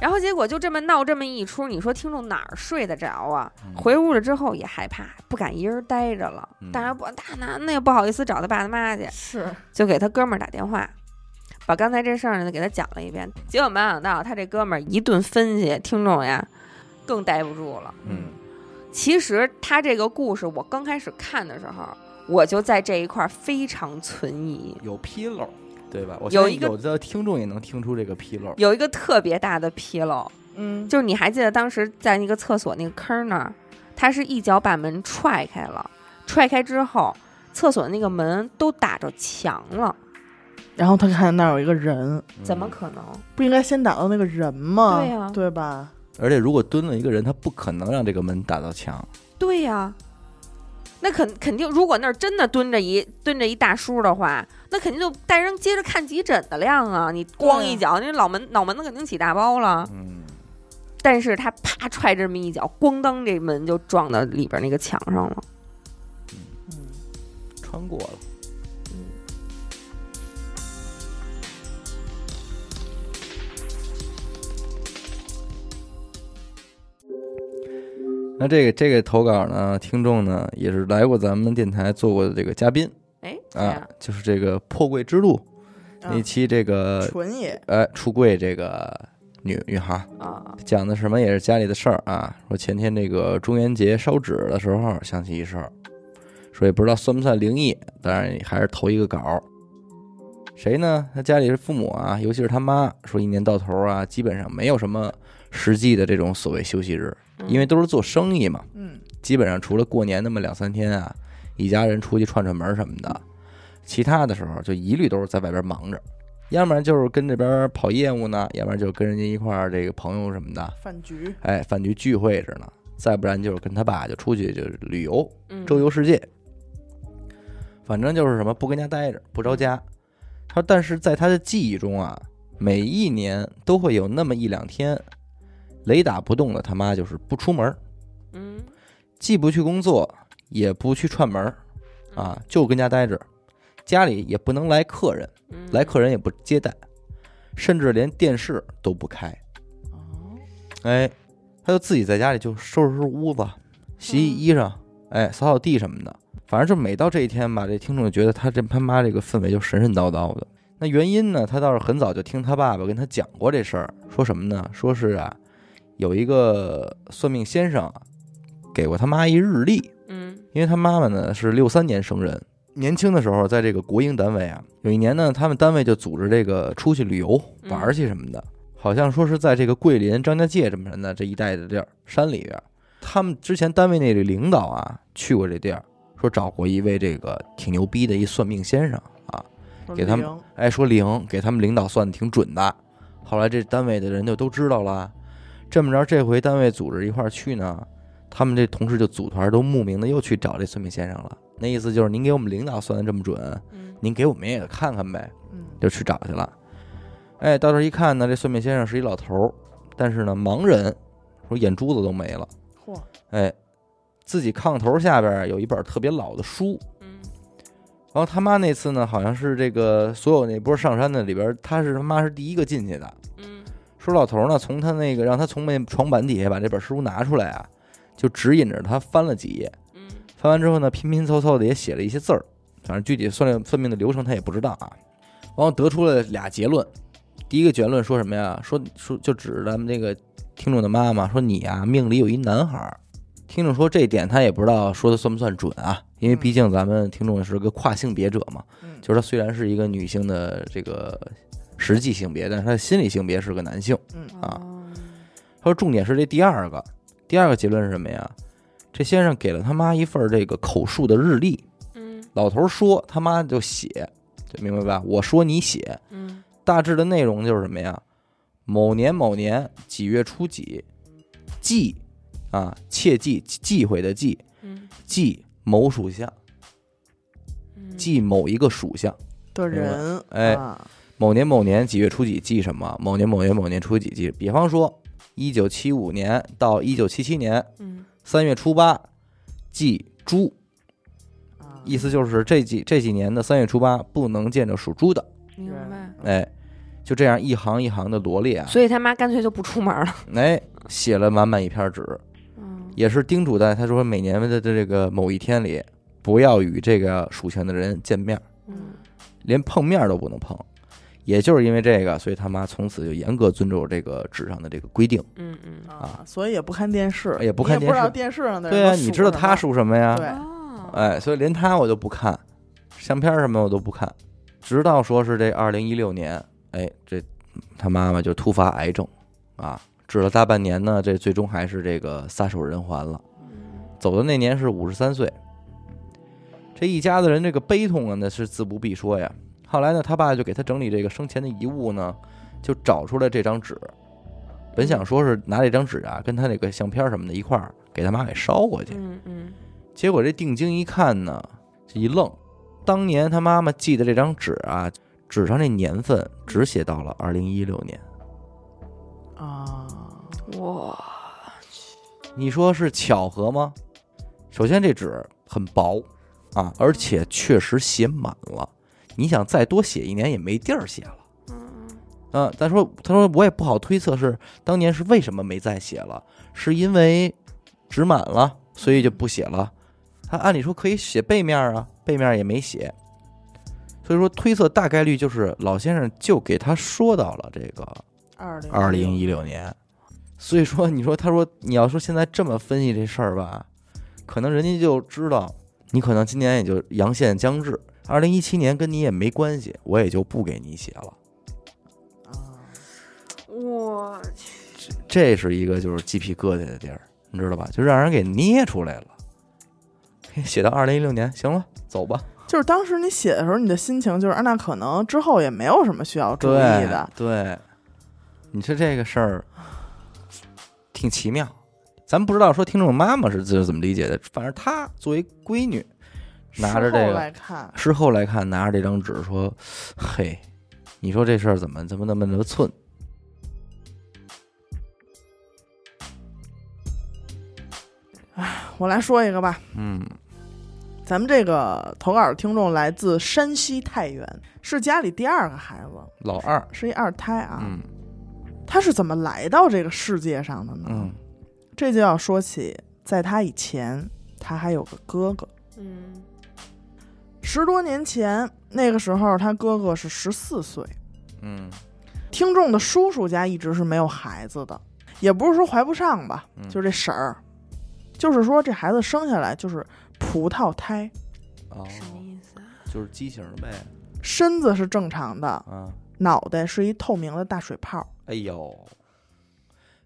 [SPEAKER 3] 然后结果就这么闹这么一出，你说听众哪儿睡得着啊？
[SPEAKER 1] 嗯
[SPEAKER 3] 回屋了之后也害怕，不敢一人待着了
[SPEAKER 1] 嗯。
[SPEAKER 3] 大家不大男的也不好意思找他爸他妈去，
[SPEAKER 2] 是
[SPEAKER 3] 就给他哥们儿打电话，把刚才这事儿呢给他讲了一遍。结果没想到他这哥们儿一顿分析，听众呀更待不住了。
[SPEAKER 1] 嗯
[SPEAKER 3] 其实他这个故事，我刚开始看的时候，我就在这一块儿非常存疑，
[SPEAKER 1] 有纰漏，对吧？我
[SPEAKER 3] 有
[SPEAKER 1] 相信
[SPEAKER 3] 一个
[SPEAKER 1] 有的听众也能听出这个纰漏，
[SPEAKER 3] 有一个特别大的纰漏。
[SPEAKER 2] 嗯，
[SPEAKER 3] 就是你还记得当时在那个厕所那个坑那儿，他是一脚把门踹开了，踹开之后，厕所那个门都打着墙了，
[SPEAKER 2] 然后他看见那儿有一个人，
[SPEAKER 3] 怎么
[SPEAKER 1] 嗯？
[SPEAKER 3] 可能？
[SPEAKER 2] 不应该先打到那个人吗？
[SPEAKER 3] 对呀
[SPEAKER 2] 对吧？
[SPEAKER 1] 而且如果蹲了一个人，他不可能让这个门打到墙，
[SPEAKER 3] 对呀、那肯肯定，如果那儿真的蹲着一蹲着一大叔的话，那肯定就带人接着看急诊的量啊！你咣
[SPEAKER 2] 对
[SPEAKER 3] 一脚，那老门脑门子肯定起大包了。
[SPEAKER 1] 嗯
[SPEAKER 3] 但是他啪踹这么一脚，咣当，这门就撞到里边那个墙上了。
[SPEAKER 2] 嗯，
[SPEAKER 1] 穿过了，那这个这个投稿呢，听众呢也是来过咱们电台做过的这个嘉宾
[SPEAKER 3] 哎，
[SPEAKER 1] 啊，就是这个破柜之路
[SPEAKER 2] 啊
[SPEAKER 1] 那期这个
[SPEAKER 2] 纯也
[SPEAKER 1] 呃出柜这个女女孩儿
[SPEAKER 3] 啊，
[SPEAKER 1] 讲的什么也是家里的事儿啊，说前天这个中元节烧纸的时候想起一事儿，说也不知道算不算灵异，当然还是投一个稿儿。谁呢？他家里是父母啊，尤其是他妈，说一年到头啊，基本上没有什么实际的这种所谓休息日，
[SPEAKER 3] 嗯
[SPEAKER 1] 因为都是做生意嘛，
[SPEAKER 2] 嗯
[SPEAKER 1] 基本上除了过年那么两三天啊，一家人出去串串门儿什么的，其他的时候就一律都是在外边忙着，要不然就是跟这边跑业务呢，要不然就是跟人家一块儿这个朋友什么的，
[SPEAKER 2] 饭局
[SPEAKER 1] 哎，饭局聚会着呢，再不然就是跟他爸就出去就是旅游，
[SPEAKER 3] 嗯
[SPEAKER 1] 周游世界。反正就是什么不跟家待着，不着家。他说，但是在他的记忆中啊，每一年都会有那么一两天，雷打不动的他妈就是不出门儿，
[SPEAKER 3] 嗯
[SPEAKER 1] 既不去工作，也不去串门儿啊，就跟家待着，家里也不能来客人，
[SPEAKER 3] 嗯
[SPEAKER 1] 来客人也不接待，甚至连电视都不开。
[SPEAKER 2] 哦，
[SPEAKER 1] 哎，他就自己在家里就收拾收拾屋子，洗洗衣裳，哎，扫扫地什么的。反正就每到这一天吧，这听众就觉得他这他妈这个氛围就神神叨叨的。那原因呢？他倒是很早就听他爸爸跟他讲过这事儿，说什么呢？说是啊，有一个算命先生啊，给过他妈一日历，
[SPEAKER 3] 嗯
[SPEAKER 1] 因为他妈妈呢是六三年生人，年轻的时候在这个国营单位啊，有一年呢，他们单位就组织这个出去旅游
[SPEAKER 3] 嗯
[SPEAKER 1] 玩儿去什么的，好像说是在这个桂林、张家界什么的这一带的地儿山里边儿，他们之前单位那个领导啊去过这地儿，说找过一位这个挺牛逼的一算命先生啊，
[SPEAKER 2] 说
[SPEAKER 1] 给他们
[SPEAKER 2] 零
[SPEAKER 1] 哎，说灵，给他们领导算的挺准的。后来这单位的人就都知道了，这么着，这回单位组织一块儿去呢，他们这同事就组团都慕名的又去找这算命先生了。那意思就是您给我们领导算的这么准，
[SPEAKER 3] 嗯
[SPEAKER 1] 您给我们也看看呗，
[SPEAKER 2] 嗯
[SPEAKER 1] 就去找去了。哎，到这儿一看呢，这算命先生是一老头儿，但是呢盲人，说眼珠子都没了。
[SPEAKER 2] 嚯
[SPEAKER 1] 哎，自己炕头下边儿有一本特别老的书，
[SPEAKER 3] 嗯
[SPEAKER 1] 然后他妈那次呢，好像是这个所有那波上山的里边，他是他妈是第一个进去的。
[SPEAKER 3] 嗯
[SPEAKER 1] 说老头呢，从他那个让他从那床板底下把这本书拿出来啊，就指引着他翻了几页，
[SPEAKER 3] 嗯
[SPEAKER 1] 翻完之后呢，拼拼凑凑的也写了一些字儿，反正具体算量算命的流程他也不知道啊。然后得出了俩结论，第一个结论说什么呀？说说就指着咱们这个听众的妈妈说你啊命里有一男孩儿。听众说这点他也不知道说的算不算准啊，因为毕竟咱们听众是个跨性别者嘛，
[SPEAKER 2] 嗯
[SPEAKER 1] 就是他虽然是一个女性的这个实际性别，但是他的心理性别是个男性。
[SPEAKER 2] 嗯
[SPEAKER 1] 啊
[SPEAKER 3] 哦
[SPEAKER 1] 他说重点是这第二个，第二个结论是什么呀？这先生给了他妈一份这个口述的日历，
[SPEAKER 3] 嗯
[SPEAKER 1] 老头说他妈就写，就明白吧？我说你写，
[SPEAKER 3] 嗯
[SPEAKER 1] 大致的内容就是什么呀？某年某年几月初几，忌啊，切记忌讳的忌，
[SPEAKER 3] 嗯
[SPEAKER 1] 忌某属相，
[SPEAKER 3] 嗯
[SPEAKER 1] 忌某一个属相。
[SPEAKER 2] 的人
[SPEAKER 1] 哎
[SPEAKER 2] 啊
[SPEAKER 1] 某年某年几月初几记什么？某年某年某年初几记？比方说，一九七五年到一九七七年
[SPEAKER 3] 嗯
[SPEAKER 1] 三月初八记猪，
[SPEAKER 2] 啊
[SPEAKER 1] 意思就是这几这几年的三月初八不能见着属猪的。
[SPEAKER 3] 明白。
[SPEAKER 1] 哎，就这样一行一行的罗列啊，
[SPEAKER 3] 所以他妈干脆就不出门了。
[SPEAKER 1] 哎，写了满满一片纸，
[SPEAKER 3] 嗯
[SPEAKER 1] 也是叮嘱在他说每年的这个某一天里，不要与这个属相的人见面，
[SPEAKER 3] 嗯
[SPEAKER 1] 连碰面都不能碰。也就是因为这个，所以他妈从此就严格遵照这个纸上的这个规定。
[SPEAKER 3] 嗯嗯
[SPEAKER 2] 啊，所以也不看电视，
[SPEAKER 1] 也不看
[SPEAKER 2] 你
[SPEAKER 1] 电
[SPEAKER 2] 知道
[SPEAKER 1] 视
[SPEAKER 2] 电视上的
[SPEAKER 1] 对啊，
[SPEAKER 2] 人都
[SPEAKER 1] 你知道
[SPEAKER 2] 数
[SPEAKER 1] 他
[SPEAKER 2] 什么
[SPEAKER 1] 属什么呀？
[SPEAKER 2] 对
[SPEAKER 3] 哦
[SPEAKER 1] 哎，所以连他我就不看，相片什么我都不看，直到说是这二零一六年，哎，这他妈妈就突发癌症啊，治了大半年呢，这最终还是这个撒手人寰了。走的那年是五十三岁，这一家子人这个悲痛啊，那是自不必说呀。后来呢，他爸就给他整理这个生前的遗物呢，就找出来这张纸，本想说是拿这张纸啊，跟他那个相片什么的一块儿给他妈给烧过去，
[SPEAKER 3] 嗯嗯
[SPEAKER 1] 结果这定睛一看呢，这一愣，当年他妈妈寄的这张纸啊，纸上这年份只写到了二零一六年。
[SPEAKER 2] 啊，
[SPEAKER 3] 哇
[SPEAKER 1] 你说是巧合吗？首先这纸很薄啊，而且确实写满了。你想再多写一年也没地儿写了。
[SPEAKER 3] 嗯
[SPEAKER 1] 嗯、呃，咱说他说我也不好推测是当年是为什么没再写了，是因为纸满了，所以就不写了。他按理说可以写背面啊，背面也没写，所以说推测大概率就是老先生就给他说到了这个
[SPEAKER 2] 二零
[SPEAKER 1] 二零一六年，所以说你说他说你要说现在这么分析这事儿吧，可能人家就知道你可能今年也就阳线将至，二零一七年跟你也没关系，我也就不给你写了。
[SPEAKER 2] 啊，
[SPEAKER 3] 我去，
[SPEAKER 1] 这是一个就是鸡皮疙瘩的地儿，你知道吧？就让人给捏出来了。嘿 <laughs> 写到二零一六年，行了，走吧。
[SPEAKER 2] 就是当时你写的时候，你的心情就是，啊那可能之后也没有什么需要注意
[SPEAKER 1] 对
[SPEAKER 2] 的，
[SPEAKER 1] 对，你说这个事儿挺奇妙，咱不知道说听众妈妈是这是怎么理解的，反正她作为闺女，拿着这个
[SPEAKER 2] 事后来看，
[SPEAKER 1] 事后来看拿着这张纸说：“嘿，你说这事儿怎么怎么那么的寸？”
[SPEAKER 2] 我来说一个吧。
[SPEAKER 1] 嗯
[SPEAKER 2] 咱们这个投稿听众来自山西太原，是家里第二个孩子，，
[SPEAKER 1] 老二，
[SPEAKER 2] 是一二胎啊。
[SPEAKER 1] 嗯
[SPEAKER 2] 他是怎么来到这个世界上的呢？
[SPEAKER 1] 嗯
[SPEAKER 2] 这就要说起，在他以前，他还有个哥哥。
[SPEAKER 3] 嗯
[SPEAKER 2] 十多年前，那个时候他哥哥是十四岁。
[SPEAKER 1] 嗯
[SPEAKER 2] 听众的叔叔家一直是没有孩子的，也不是说怀不上吧，
[SPEAKER 1] 嗯
[SPEAKER 2] 就是这婶儿，就是说这孩子生下来就是葡萄胎，
[SPEAKER 1] 哦，
[SPEAKER 3] 什么意思啊？
[SPEAKER 1] 就是畸形呗，
[SPEAKER 2] 身子是正常的，
[SPEAKER 1] 啊，
[SPEAKER 2] 脑袋是一透明的大水泡。
[SPEAKER 1] 哎呦，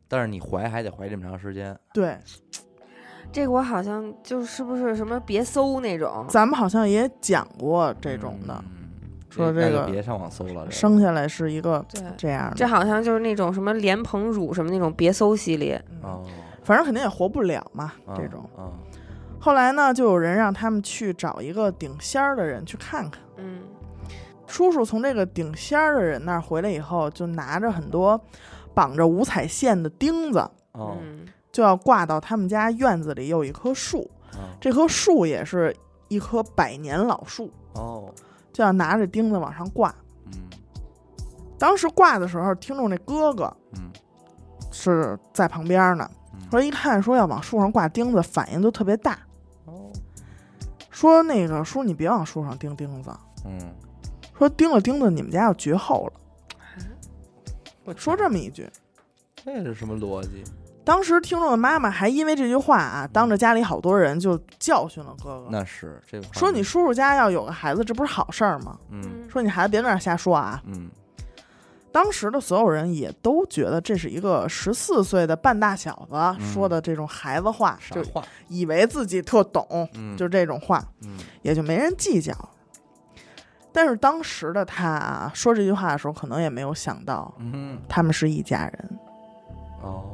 [SPEAKER 1] 但是你怀还得怀这么长时间，
[SPEAKER 2] 对，
[SPEAKER 3] 这个我好像就是不是什么别搜那种，
[SPEAKER 2] 咱们好像也讲过这种的，
[SPEAKER 1] 嗯
[SPEAKER 2] 说
[SPEAKER 1] 那
[SPEAKER 2] 这
[SPEAKER 1] 就
[SPEAKER 2] 个
[SPEAKER 1] 别上网搜了，这
[SPEAKER 2] 生下来是一个
[SPEAKER 3] 对，
[SPEAKER 2] 这样的，
[SPEAKER 3] 这好像就是那种什么莲蓬乳什么那种别搜系列，
[SPEAKER 2] 嗯
[SPEAKER 1] 个哦，
[SPEAKER 2] 反正肯定也活不了嘛，
[SPEAKER 1] 啊
[SPEAKER 2] 这种。
[SPEAKER 1] 啊，
[SPEAKER 2] 后来呢，就有人让他们去找一个顶仙儿的人去看看。
[SPEAKER 3] 嗯
[SPEAKER 2] 叔叔从这个顶仙儿的人那儿回来以后，就拿着很多绑着五彩线的钉子，
[SPEAKER 1] 哦
[SPEAKER 3] 嗯
[SPEAKER 2] 就要挂到他们家院子里有一棵树，
[SPEAKER 1] 哦
[SPEAKER 2] 这棵树也是一棵百年老树，
[SPEAKER 1] 哦，
[SPEAKER 2] 就要拿着钉子往上挂。
[SPEAKER 1] 嗯
[SPEAKER 2] 当时挂的时候，听众这哥哥
[SPEAKER 1] 嗯
[SPEAKER 2] 是在旁边呢
[SPEAKER 1] 嗯，
[SPEAKER 2] 说一看说要往树上挂钉子，反应都特别大，
[SPEAKER 1] 哦，
[SPEAKER 2] 说那个叔你别往树上钉钉子，
[SPEAKER 1] 嗯，
[SPEAKER 2] 说钉了钉子你们家要绝后了，
[SPEAKER 1] 我
[SPEAKER 2] 说这么一句。
[SPEAKER 1] 这是什么逻辑？
[SPEAKER 2] 当时听众的妈妈还因为这句话啊，当着家里好多人就教训了哥哥，
[SPEAKER 1] 嗯那是这个
[SPEAKER 2] 嗯说你叔叔家要有个孩子，这不是好事儿吗？
[SPEAKER 1] 嗯
[SPEAKER 2] 说你孩子别在那儿瞎说啊！
[SPEAKER 1] 嗯
[SPEAKER 2] 当时的所有人也都觉得这是一个十四岁的半大小子、
[SPEAKER 1] 嗯
[SPEAKER 2] 说的这种孩子话，
[SPEAKER 1] 傻
[SPEAKER 2] 就
[SPEAKER 1] 话，
[SPEAKER 2] 以为自己特懂，
[SPEAKER 1] 嗯
[SPEAKER 2] 就这种话，
[SPEAKER 1] 嗯
[SPEAKER 2] 也就没人计较。但是当时的他啊，说这句话的时候，可能也没有想到
[SPEAKER 1] 嗯
[SPEAKER 2] 他们是一家人。
[SPEAKER 1] 哦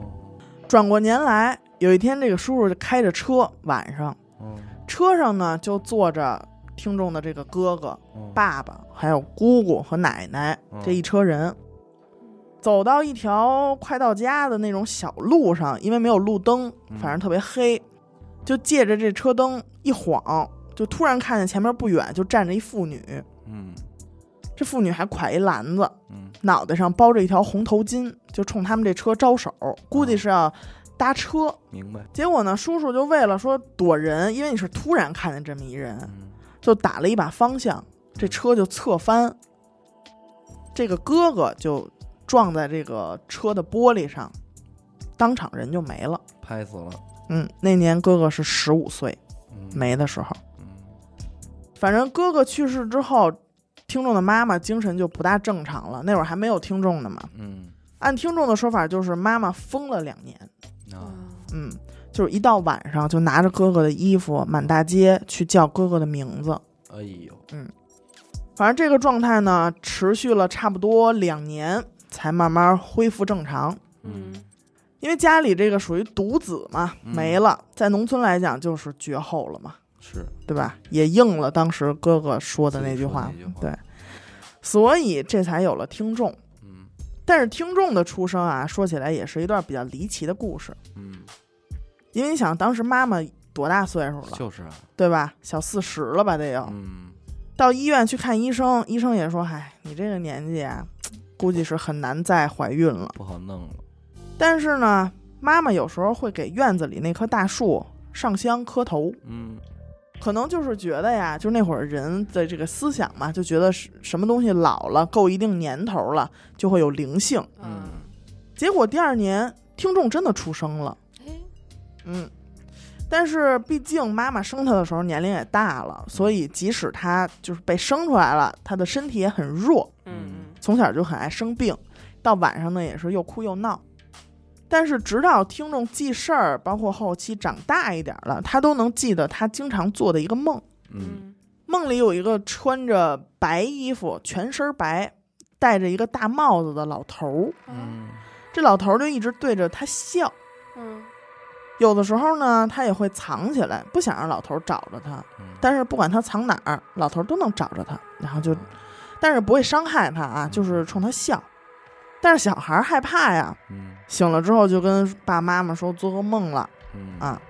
[SPEAKER 2] 转过年来，有一天，这个叔叔就开着车，晚上
[SPEAKER 1] 嗯
[SPEAKER 2] 车上呢就坐着听众的这个哥哥、
[SPEAKER 1] 嗯
[SPEAKER 2] 爸爸，还有姑姑和奶奶
[SPEAKER 1] 嗯
[SPEAKER 2] 这一车人。走到一条快到家的那种小路上，因为没有路灯，
[SPEAKER 1] 嗯
[SPEAKER 2] 反正特别黑，就借着这车灯一晃，就突然看见前面不远就站着一妇女，
[SPEAKER 1] 嗯
[SPEAKER 2] 这妇女还挎一篮子，
[SPEAKER 1] 嗯
[SPEAKER 2] 脑袋上包着一条红头巾，就冲他们这车招手，估计是要搭车。
[SPEAKER 1] 明白
[SPEAKER 2] 结果呢，叔叔就为了说躲人，因为你是突然看见这么一人，
[SPEAKER 1] 嗯
[SPEAKER 2] 就打了一把方向，这车就侧翻，这个哥哥就撞在这个车的玻璃上，当场人就没了。
[SPEAKER 1] 拍死了
[SPEAKER 2] 嗯，那年哥哥是十五岁
[SPEAKER 1] 嗯
[SPEAKER 2] 没的时候，
[SPEAKER 1] 嗯
[SPEAKER 2] 反正哥哥去世之后，听众的妈妈精神就不大正常了。那会儿还没有听众呢嘛，
[SPEAKER 1] 嗯
[SPEAKER 2] 按听众的说法，就是妈妈疯了两年，
[SPEAKER 1] 啊
[SPEAKER 2] 嗯，就是一到晚上就拿着哥哥的衣服满大街去叫哥哥的名字。
[SPEAKER 1] 哎呦
[SPEAKER 2] 反正这个状态呢，持续了差不多两年，才慢慢恢复正常。
[SPEAKER 1] 嗯
[SPEAKER 2] 因为家里这个属于独子嘛，
[SPEAKER 1] 嗯
[SPEAKER 2] 没了，在农村来讲就是绝后了嘛，
[SPEAKER 1] 是
[SPEAKER 2] 对吧？也应了当时哥哥说的那句话
[SPEAKER 1] 自己说的那句话，
[SPEAKER 2] 对，所以这才有了听众。
[SPEAKER 1] 嗯
[SPEAKER 2] 但是听众的出生啊，说起来也是一段比较离奇的故事。
[SPEAKER 1] 嗯
[SPEAKER 2] 因为你想，当时妈妈多大岁数了，
[SPEAKER 1] 就是啊
[SPEAKER 2] 对吧？小四十了吧，得有。
[SPEAKER 1] 嗯
[SPEAKER 2] 到医院去看医生，医生也说：“嗨，你这个年纪啊，估计是很难再怀孕了。
[SPEAKER 1] 不好弄了”
[SPEAKER 2] 但是呢，妈妈有时候会给院子里那棵大树上香磕头，
[SPEAKER 1] 嗯
[SPEAKER 2] 可能就是觉得呀，就是那会儿人的这个思想嘛，就觉得是什么东西老了，够一定年头了，就会有灵性。
[SPEAKER 1] 嗯
[SPEAKER 2] 结果第二年，听众真的出生了，
[SPEAKER 3] 哎
[SPEAKER 2] 嗯。但是毕竟妈妈生他的时候年龄也大了，所以即使他就是被生出来了，他的身体也很弱，
[SPEAKER 3] 嗯
[SPEAKER 2] 从小就很爱生病，到晚上呢也是又哭又闹。但是直到听众记事儿，包括后期长大一点儿了，他都能记得他经常做的一个梦，
[SPEAKER 1] 嗯
[SPEAKER 2] 梦里有一个穿着白衣服、全身白、戴着一个大帽子的老头儿，
[SPEAKER 3] 嗯
[SPEAKER 1] 嗯
[SPEAKER 2] 这老头儿就一直对着他笑。
[SPEAKER 3] 嗯
[SPEAKER 2] 有的时候呢，他也会藏起来，不想让老头儿找着他。
[SPEAKER 1] 嗯，
[SPEAKER 2] 但是不管他藏哪儿，老头儿都能找着他，然后就
[SPEAKER 1] 嗯
[SPEAKER 2] 但是不会伤害他啊，就是冲他笑。但是小孩儿害怕呀，
[SPEAKER 1] 嗯
[SPEAKER 2] 醒了之后就跟爸妈妈说做噩梦了。
[SPEAKER 1] 嗯
[SPEAKER 2] 啊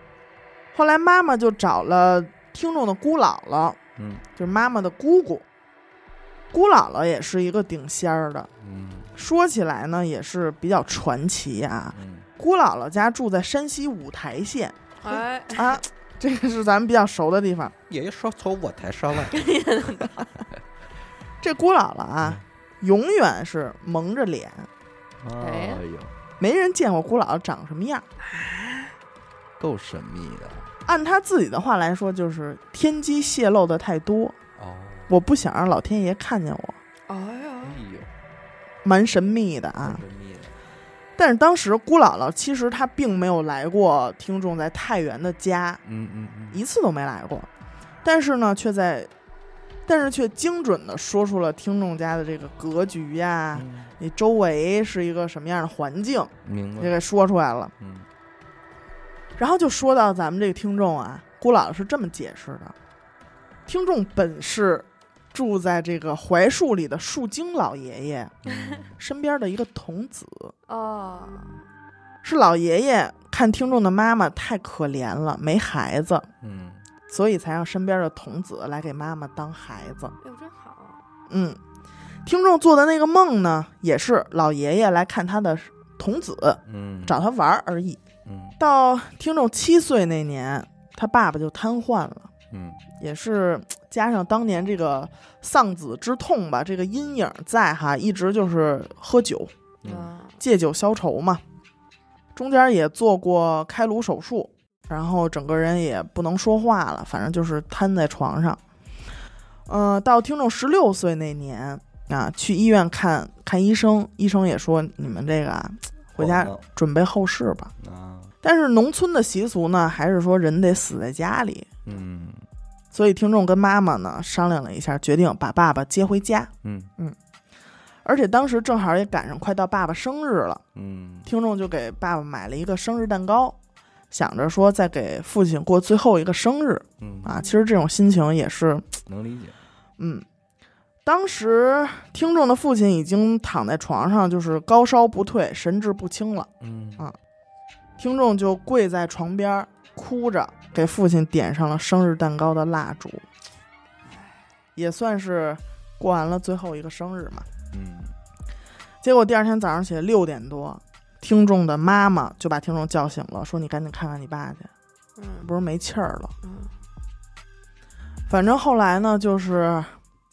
[SPEAKER 2] 后来妈妈就找了听众的姑姥姥，
[SPEAKER 1] 嗯
[SPEAKER 2] 就是妈妈的姑姑。姑姥姥也是一个顶仙儿的，
[SPEAKER 1] 嗯
[SPEAKER 2] 说起来呢也是比较传奇啊。
[SPEAKER 1] 嗯
[SPEAKER 2] 姑姥姥家住在山西五台县
[SPEAKER 3] 哎
[SPEAKER 2] 啊，这个是咱们比较熟的地方。
[SPEAKER 4] 也就说从我台上来，
[SPEAKER 3] 哎
[SPEAKER 2] 这姑姥姥啊，永远是蒙着脸，
[SPEAKER 1] 哎呦，
[SPEAKER 2] 没人见过姑姥姥长什么样。
[SPEAKER 1] 够神秘的
[SPEAKER 2] 按他自己的话来说，就是天机泄露的太多，
[SPEAKER 1] 哦，
[SPEAKER 2] 我不想让老天爷看见我，
[SPEAKER 3] <laughs> 哎
[SPEAKER 1] 哎
[SPEAKER 3] 呀
[SPEAKER 1] 呦，
[SPEAKER 2] 蛮神秘的
[SPEAKER 1] 够
[SPEAKER 2] 啊。
[SPEAKER 1] 神秘的，
[SPEAKER 2] 但是当时姑姥姥其实她并没有来过听众在太原的家，
[SPEAKER 1] 嗯嗯嗯，
[SPEAKER 2] 一次都没来过，但是呢，却在，但是却精准的说出了听众家的这个格局呀、
[SPEAKER 1] 嗯
[SPEAKER 2] 你周围是一个什么样的环境，
[SPEAKER 1] 明
[SPEAKER 2] 这
[SPEAKER 1] 白，
[SPEAKER 2] 给说出来了。
[SPEAKER 1] 嗯
[SPEAKER 2] 然后就说到咱们这个听众啊，顾姥姥是这么解释的：听众本是住在这个槐树里的树精老爷爷
[SPEAKER 1] 嗯
[SPEAKER 2] 身边的一个童子，
[SPEAKER 3] 哦
[SPEAKER 2] 是老爷爷看听众的妈妈太可怜了，没孩子，
[SPEAKER 1] 嗯
[SPEAKER 2] 所以才让身边的童子来给妈妈当孩子。
[SPEAKER 3] 哎呦真好
[SPEAKER 2] 嗯，听众做的那个梦呢，也是老爷爷来看他的童子，
[SPEAKER 1] 嗯，
[SPEAKER 2] 找他玩儿而已。
[SPEAKER 1] 嗯
[SPEAKER 2] 到听众七岁那年，他爸爸就瘫痪了。
[SPEAKER 1] 嗯
[SPEAKER 2] 也是加上当年这个丧子之痛吧，这个阴影在哈，一直就是喝酒
[SPEAKER 1] 嗯
[SPEAKER 3] 啊
[SPEAKER 2] 借酒消愁嘛。中间也做过开颅手术，然后整个人也不能说话了，反正就是瘫在床上。呃，到听众十六岁那年啊，去医院看看医生，医生也说你们这个啊，回家
[SPEAKER 1] 好
[SPEAKER 2] 准备后事吧。
[SPEAKER 1] 呢啊，
[SPEAKER 2] 但是农村的习俗呢，还是说人得死在家里，
[SPEAKER 1] 嗯
[SPEAKER 2] 所以听众跟妈妈呢商量了一下，决定把爸爸接回家。
[SPEAKER 1] 嗯
[SPEAKER 2] 而且当时正好也赶上快到爸爸生日了，
[SPEAKER 1] 嗯
[SPEAKER 2] 听众就给爸爸买了一个生日蛋糕，想着说再给父亲过最后一个生日
[SPEAKER 1] 嗯
[SPEAKER 2] 啊。其实这种心情也是，
[SPEAKER 1] 能理解，
[SPEAKER 2] 嗯，当时听众的父亲已经躺在床上，就是高烧不退，神志不清了。
[SPEAKER 1] 嗯
[SPEAKER 2] 啊听众就跪在床边儿哭着，给父亲点上了生日蛋糕的蜡烛，也算是过完了最后一个生日嘛。
[SPEAKER 1] 嗯
[SPEAKER 2] 结果第二天早上起来六点多，听众的妈妈就把听众叫醒了，说：“你赶紧看看你爸去，
[SPEAKER 3] 嗯
[SPEAKER 2] 不是没气儿了。
[SPEAKER 3] 嗯”
[SPEAKER 2] 反正后来呢，就是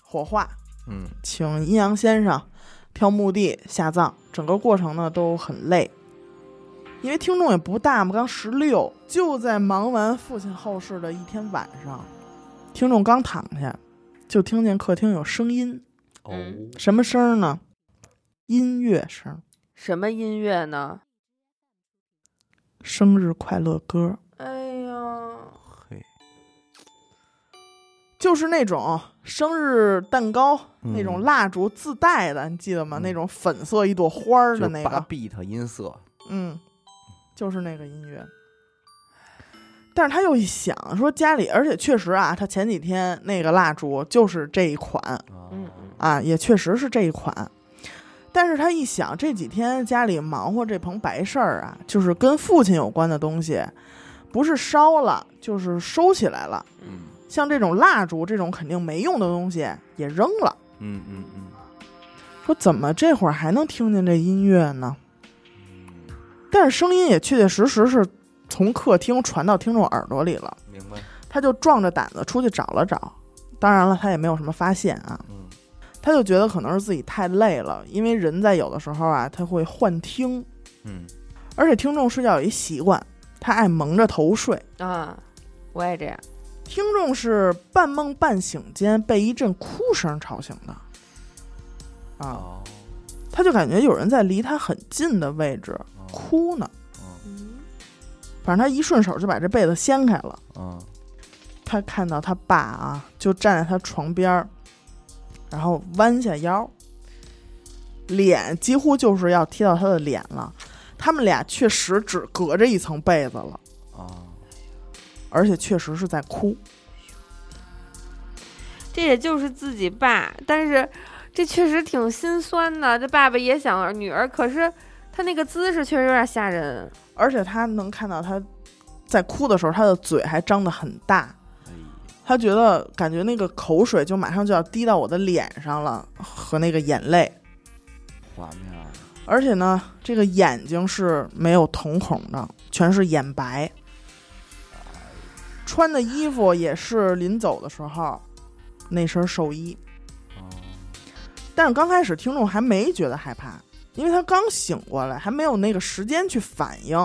[SPEAKER 2] 火化，
[SPEAKER 1] 嗯
[SPEAKER 2] 请阴阳先生挑墓地下葬，整个过程呢都很累，因为听众也不大嘛，刚十六。就在忙完父亲后事的一天晚上，听众刚躺下，就听见客厅有声音，
[SPEAKER 1] 哦
[SPEAKER 3] 嗯
[SPEAKER 2] 什么声儿呢？音乐声，
[SPEAKER 3] 什么音乐呢
[SPEAKER 2] 生日快乐歌。
[SPEAKER 3] 哎呀
[SPEAKER 1] 嘿，
[SPEAKER 2] 就是那种生日蛋糕、
[SPEAKER 1] 嗯
[SPEAKER 2] 那种蜡烛自带的，你记得吗？
[SPEAKER 1] 嗯
[SPEAKER 2] 那种粉色一朵花儿
[SPEAKER 1] 就
[SPEAKER 2] 的
[SPEAKER 1] 是
[SPEAKER 2] 那
[SPEAKER 1] 八
[SPEAKER 2] 个，
[SPEAKER 1] bit 音色，
[SPEAKER 2] 嗯，就是那个音乐。但是他又一想，说家里，而且确实啊，他前几天那个蜡烛就是这一款
[SPEAKER 1] 啊
[SPEAKER 3] 嗯嗯
[SPEAKER 2] 啊，也确实是这一款。但是他一想，这几天家里忙活这棚白事儿啊，就是跟父亲有关的东西，不是烧了，就是收起来了。
[SPEAKER 1] 嗯
[SPEAKER 2] 像这种蜡烛这种肯定没用的东西也扔了。
[SPEAKER 1] 嗯嗯嗯
[SPEAKER 2] 说怎么这会儿还能听见这音乐呢？
[SPEAKER 1] 嗯，
[SPEAKER 2] 但是声音也确确实实是从客厅传到听众耳朵里了。
[SPEAKER 1] 明白，
[SPEAKER 2] 他他就壮着胆子出去找了找，当然了，他也没有什么发现啊。
[SPEAKER 4] 嗯
[SPEAKER 2] 他就觉得可能是自己太累了，因为人在有的时候啊，他会幻听，
[SPEAKER 1] 嗯，
[SPEAKER 2] 而且听众睡觉有一习惯，他爱蒙着头睡。
[SPEAKER 3] 啊，我也这样。
[SPEAKER 2] 听众是半梦半醒间被一阵哭声吵醒的，啊，
[SPEAKER 4] 哦，
[SPEAKER 2] 他就感觉有人在离他很近的位置
[SPEAKER 4] 哦
[SPEAKER 2] 哭呢。
[SPEAKER 3] 嗯，
[SPEAKER 2] 反正他一顺手就把这被子掀开了，
[SPEAKER 4] 哦
[SPEAKER 2] 他看到他爸啊，就站在他床边儿，然后弯下腰，脸几乎就是要贴到他的脸了。他们俩确实只隔着一层被子了，
[SPEAKER 4] 哦，
[SPEAKER 2] 而且确实是在哭。
[SPEAKER 3] 这也就是自己爸，但是这确实挺心酸的。这爸爸也想女儿，可是他那个姿势确实有点吓人。
[SPEAKER 2] 而且他能看到他在哭的时候，他的嘴还张得很大，
[SPEAKER 4] 哎呀，
[SPEAKER 2] 他觉得感觉那个口水就马上就要滴到我的脸上了，和那个眼泪。
[SPEAKER 4] 画面啊，
[SPEAKER 2] 而且呢，这个眼睛是没有瞳孔的，全是眼白。穿的衣服也是临走的时候那身寿衣。
[SPEAKER 4] 哦，
[SPEAKER 2] 但是刚开始听众还没觉得害怕，因为他刚醒过来，还没有那个时间去反应。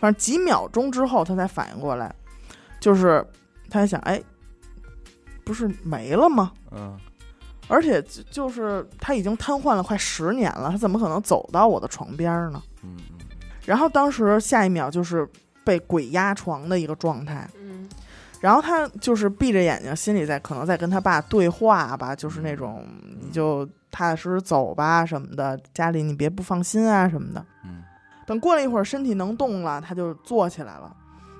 [SPEAKER 2] 反正几秒钟之后，他才反应过来，就是他还想，哎，不是没了吗？
[SPEAKER 4] 嗯，
[SPEAKER 2] 而且就就是他已经瘫痪了快十年了，他怎么可能走到我的床边儿呢？
[SPEAKER 4] 嗯嗯，
[SPEAKER 2] 然后当时下一秒就是被鬼压床的一个状态，
[SPEAKER 3] 嗯，
[SPEAKER 2] 然后他就是闭着眼睛，心里在可能在跟他爸对话吧，就是那种
[SPEAKER 4] 嗯
[SPEAKER 2] 你嗯就踏踏实实走吧什么的，家里你别不放心啊什么的。
[SPEAKER 4] 嗯，
[SPEAKER 2] 等过了一会儿，身体能动了，他就坐起来了。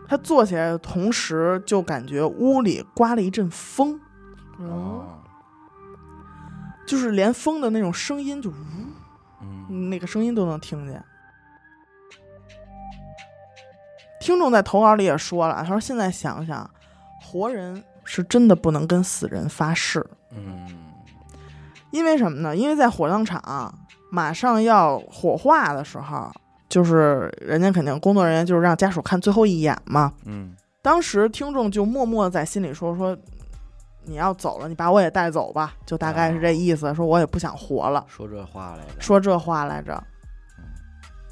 [SPEAKER 2] 他坐起来的同时，就感觉屋里刮了一阵风，嗯
[SPEAKER 3] 哦，
[SPEAKER 2] 就是连风的那种声音就
[SPEAKER 4] 嗯，
[SPEAKER 2] 那个声音都能听见。听众在投稿里也说了，他说现在想想，活人是真的不能跟死人发誓，
[SPEAKER 4] 嗯，
[SPEAKER 2] 因为什么呢？因为在火葬场马上要火化的时候，就是人家肯定工作人员就是让家属看最后一眼嘛。
[SPEAKER 4] 嗯，
[SPEAKER 2] 当时听众就默默在心里说说。你要走了，你把我也带走吧，就大概是这意思。说我也不想活了，
[SPEAKER 4] 说这话来着，
[SPEAKER 2] 说这话来着。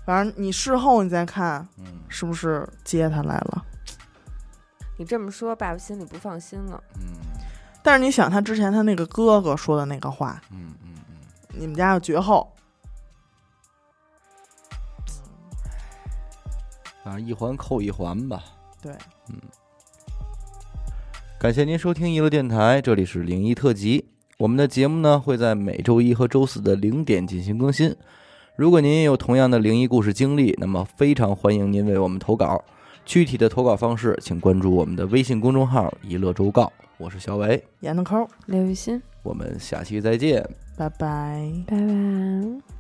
[SPEAKER 2] 反正你事后你再看
[SPEAKER 4] 嗯
[SPEAKER 2] 是不是接他来了。
[SPEAKER 3] 你这么说，爸爸心里不放心了。
[SPEAKER 4] 嗯
[SPEAKER 2] 但是你想，他之前他那个哥哥说的那个话，
[SPEAKER 4] 嗯嗯嗯，
[SPEAKER 2] 你们家要绝后，
[SPEAKER 1] 反啊正一环扣一环吧。嗯
[SPEAKER 2] 对，
[SPEAKER 1] 感谢您收听娱乐电台，这里是灵异特辑。我们的节目呢会在每周一和周四的零点进行更新。如果您也有同样的灵异故事经历，那么非常欢迎您为我们投稿。具体的投稿方式，请关注我们的微信公众号“一乐周告”。我是小伟，
[SPEAKER 2] 严的抠，
[SPEAKER 3] 刘雨欣，
[SPEAKER 1] 我们下期再见。
[SPEAKER 2] 拜拜。
[SPEAKER 3] 拜拜。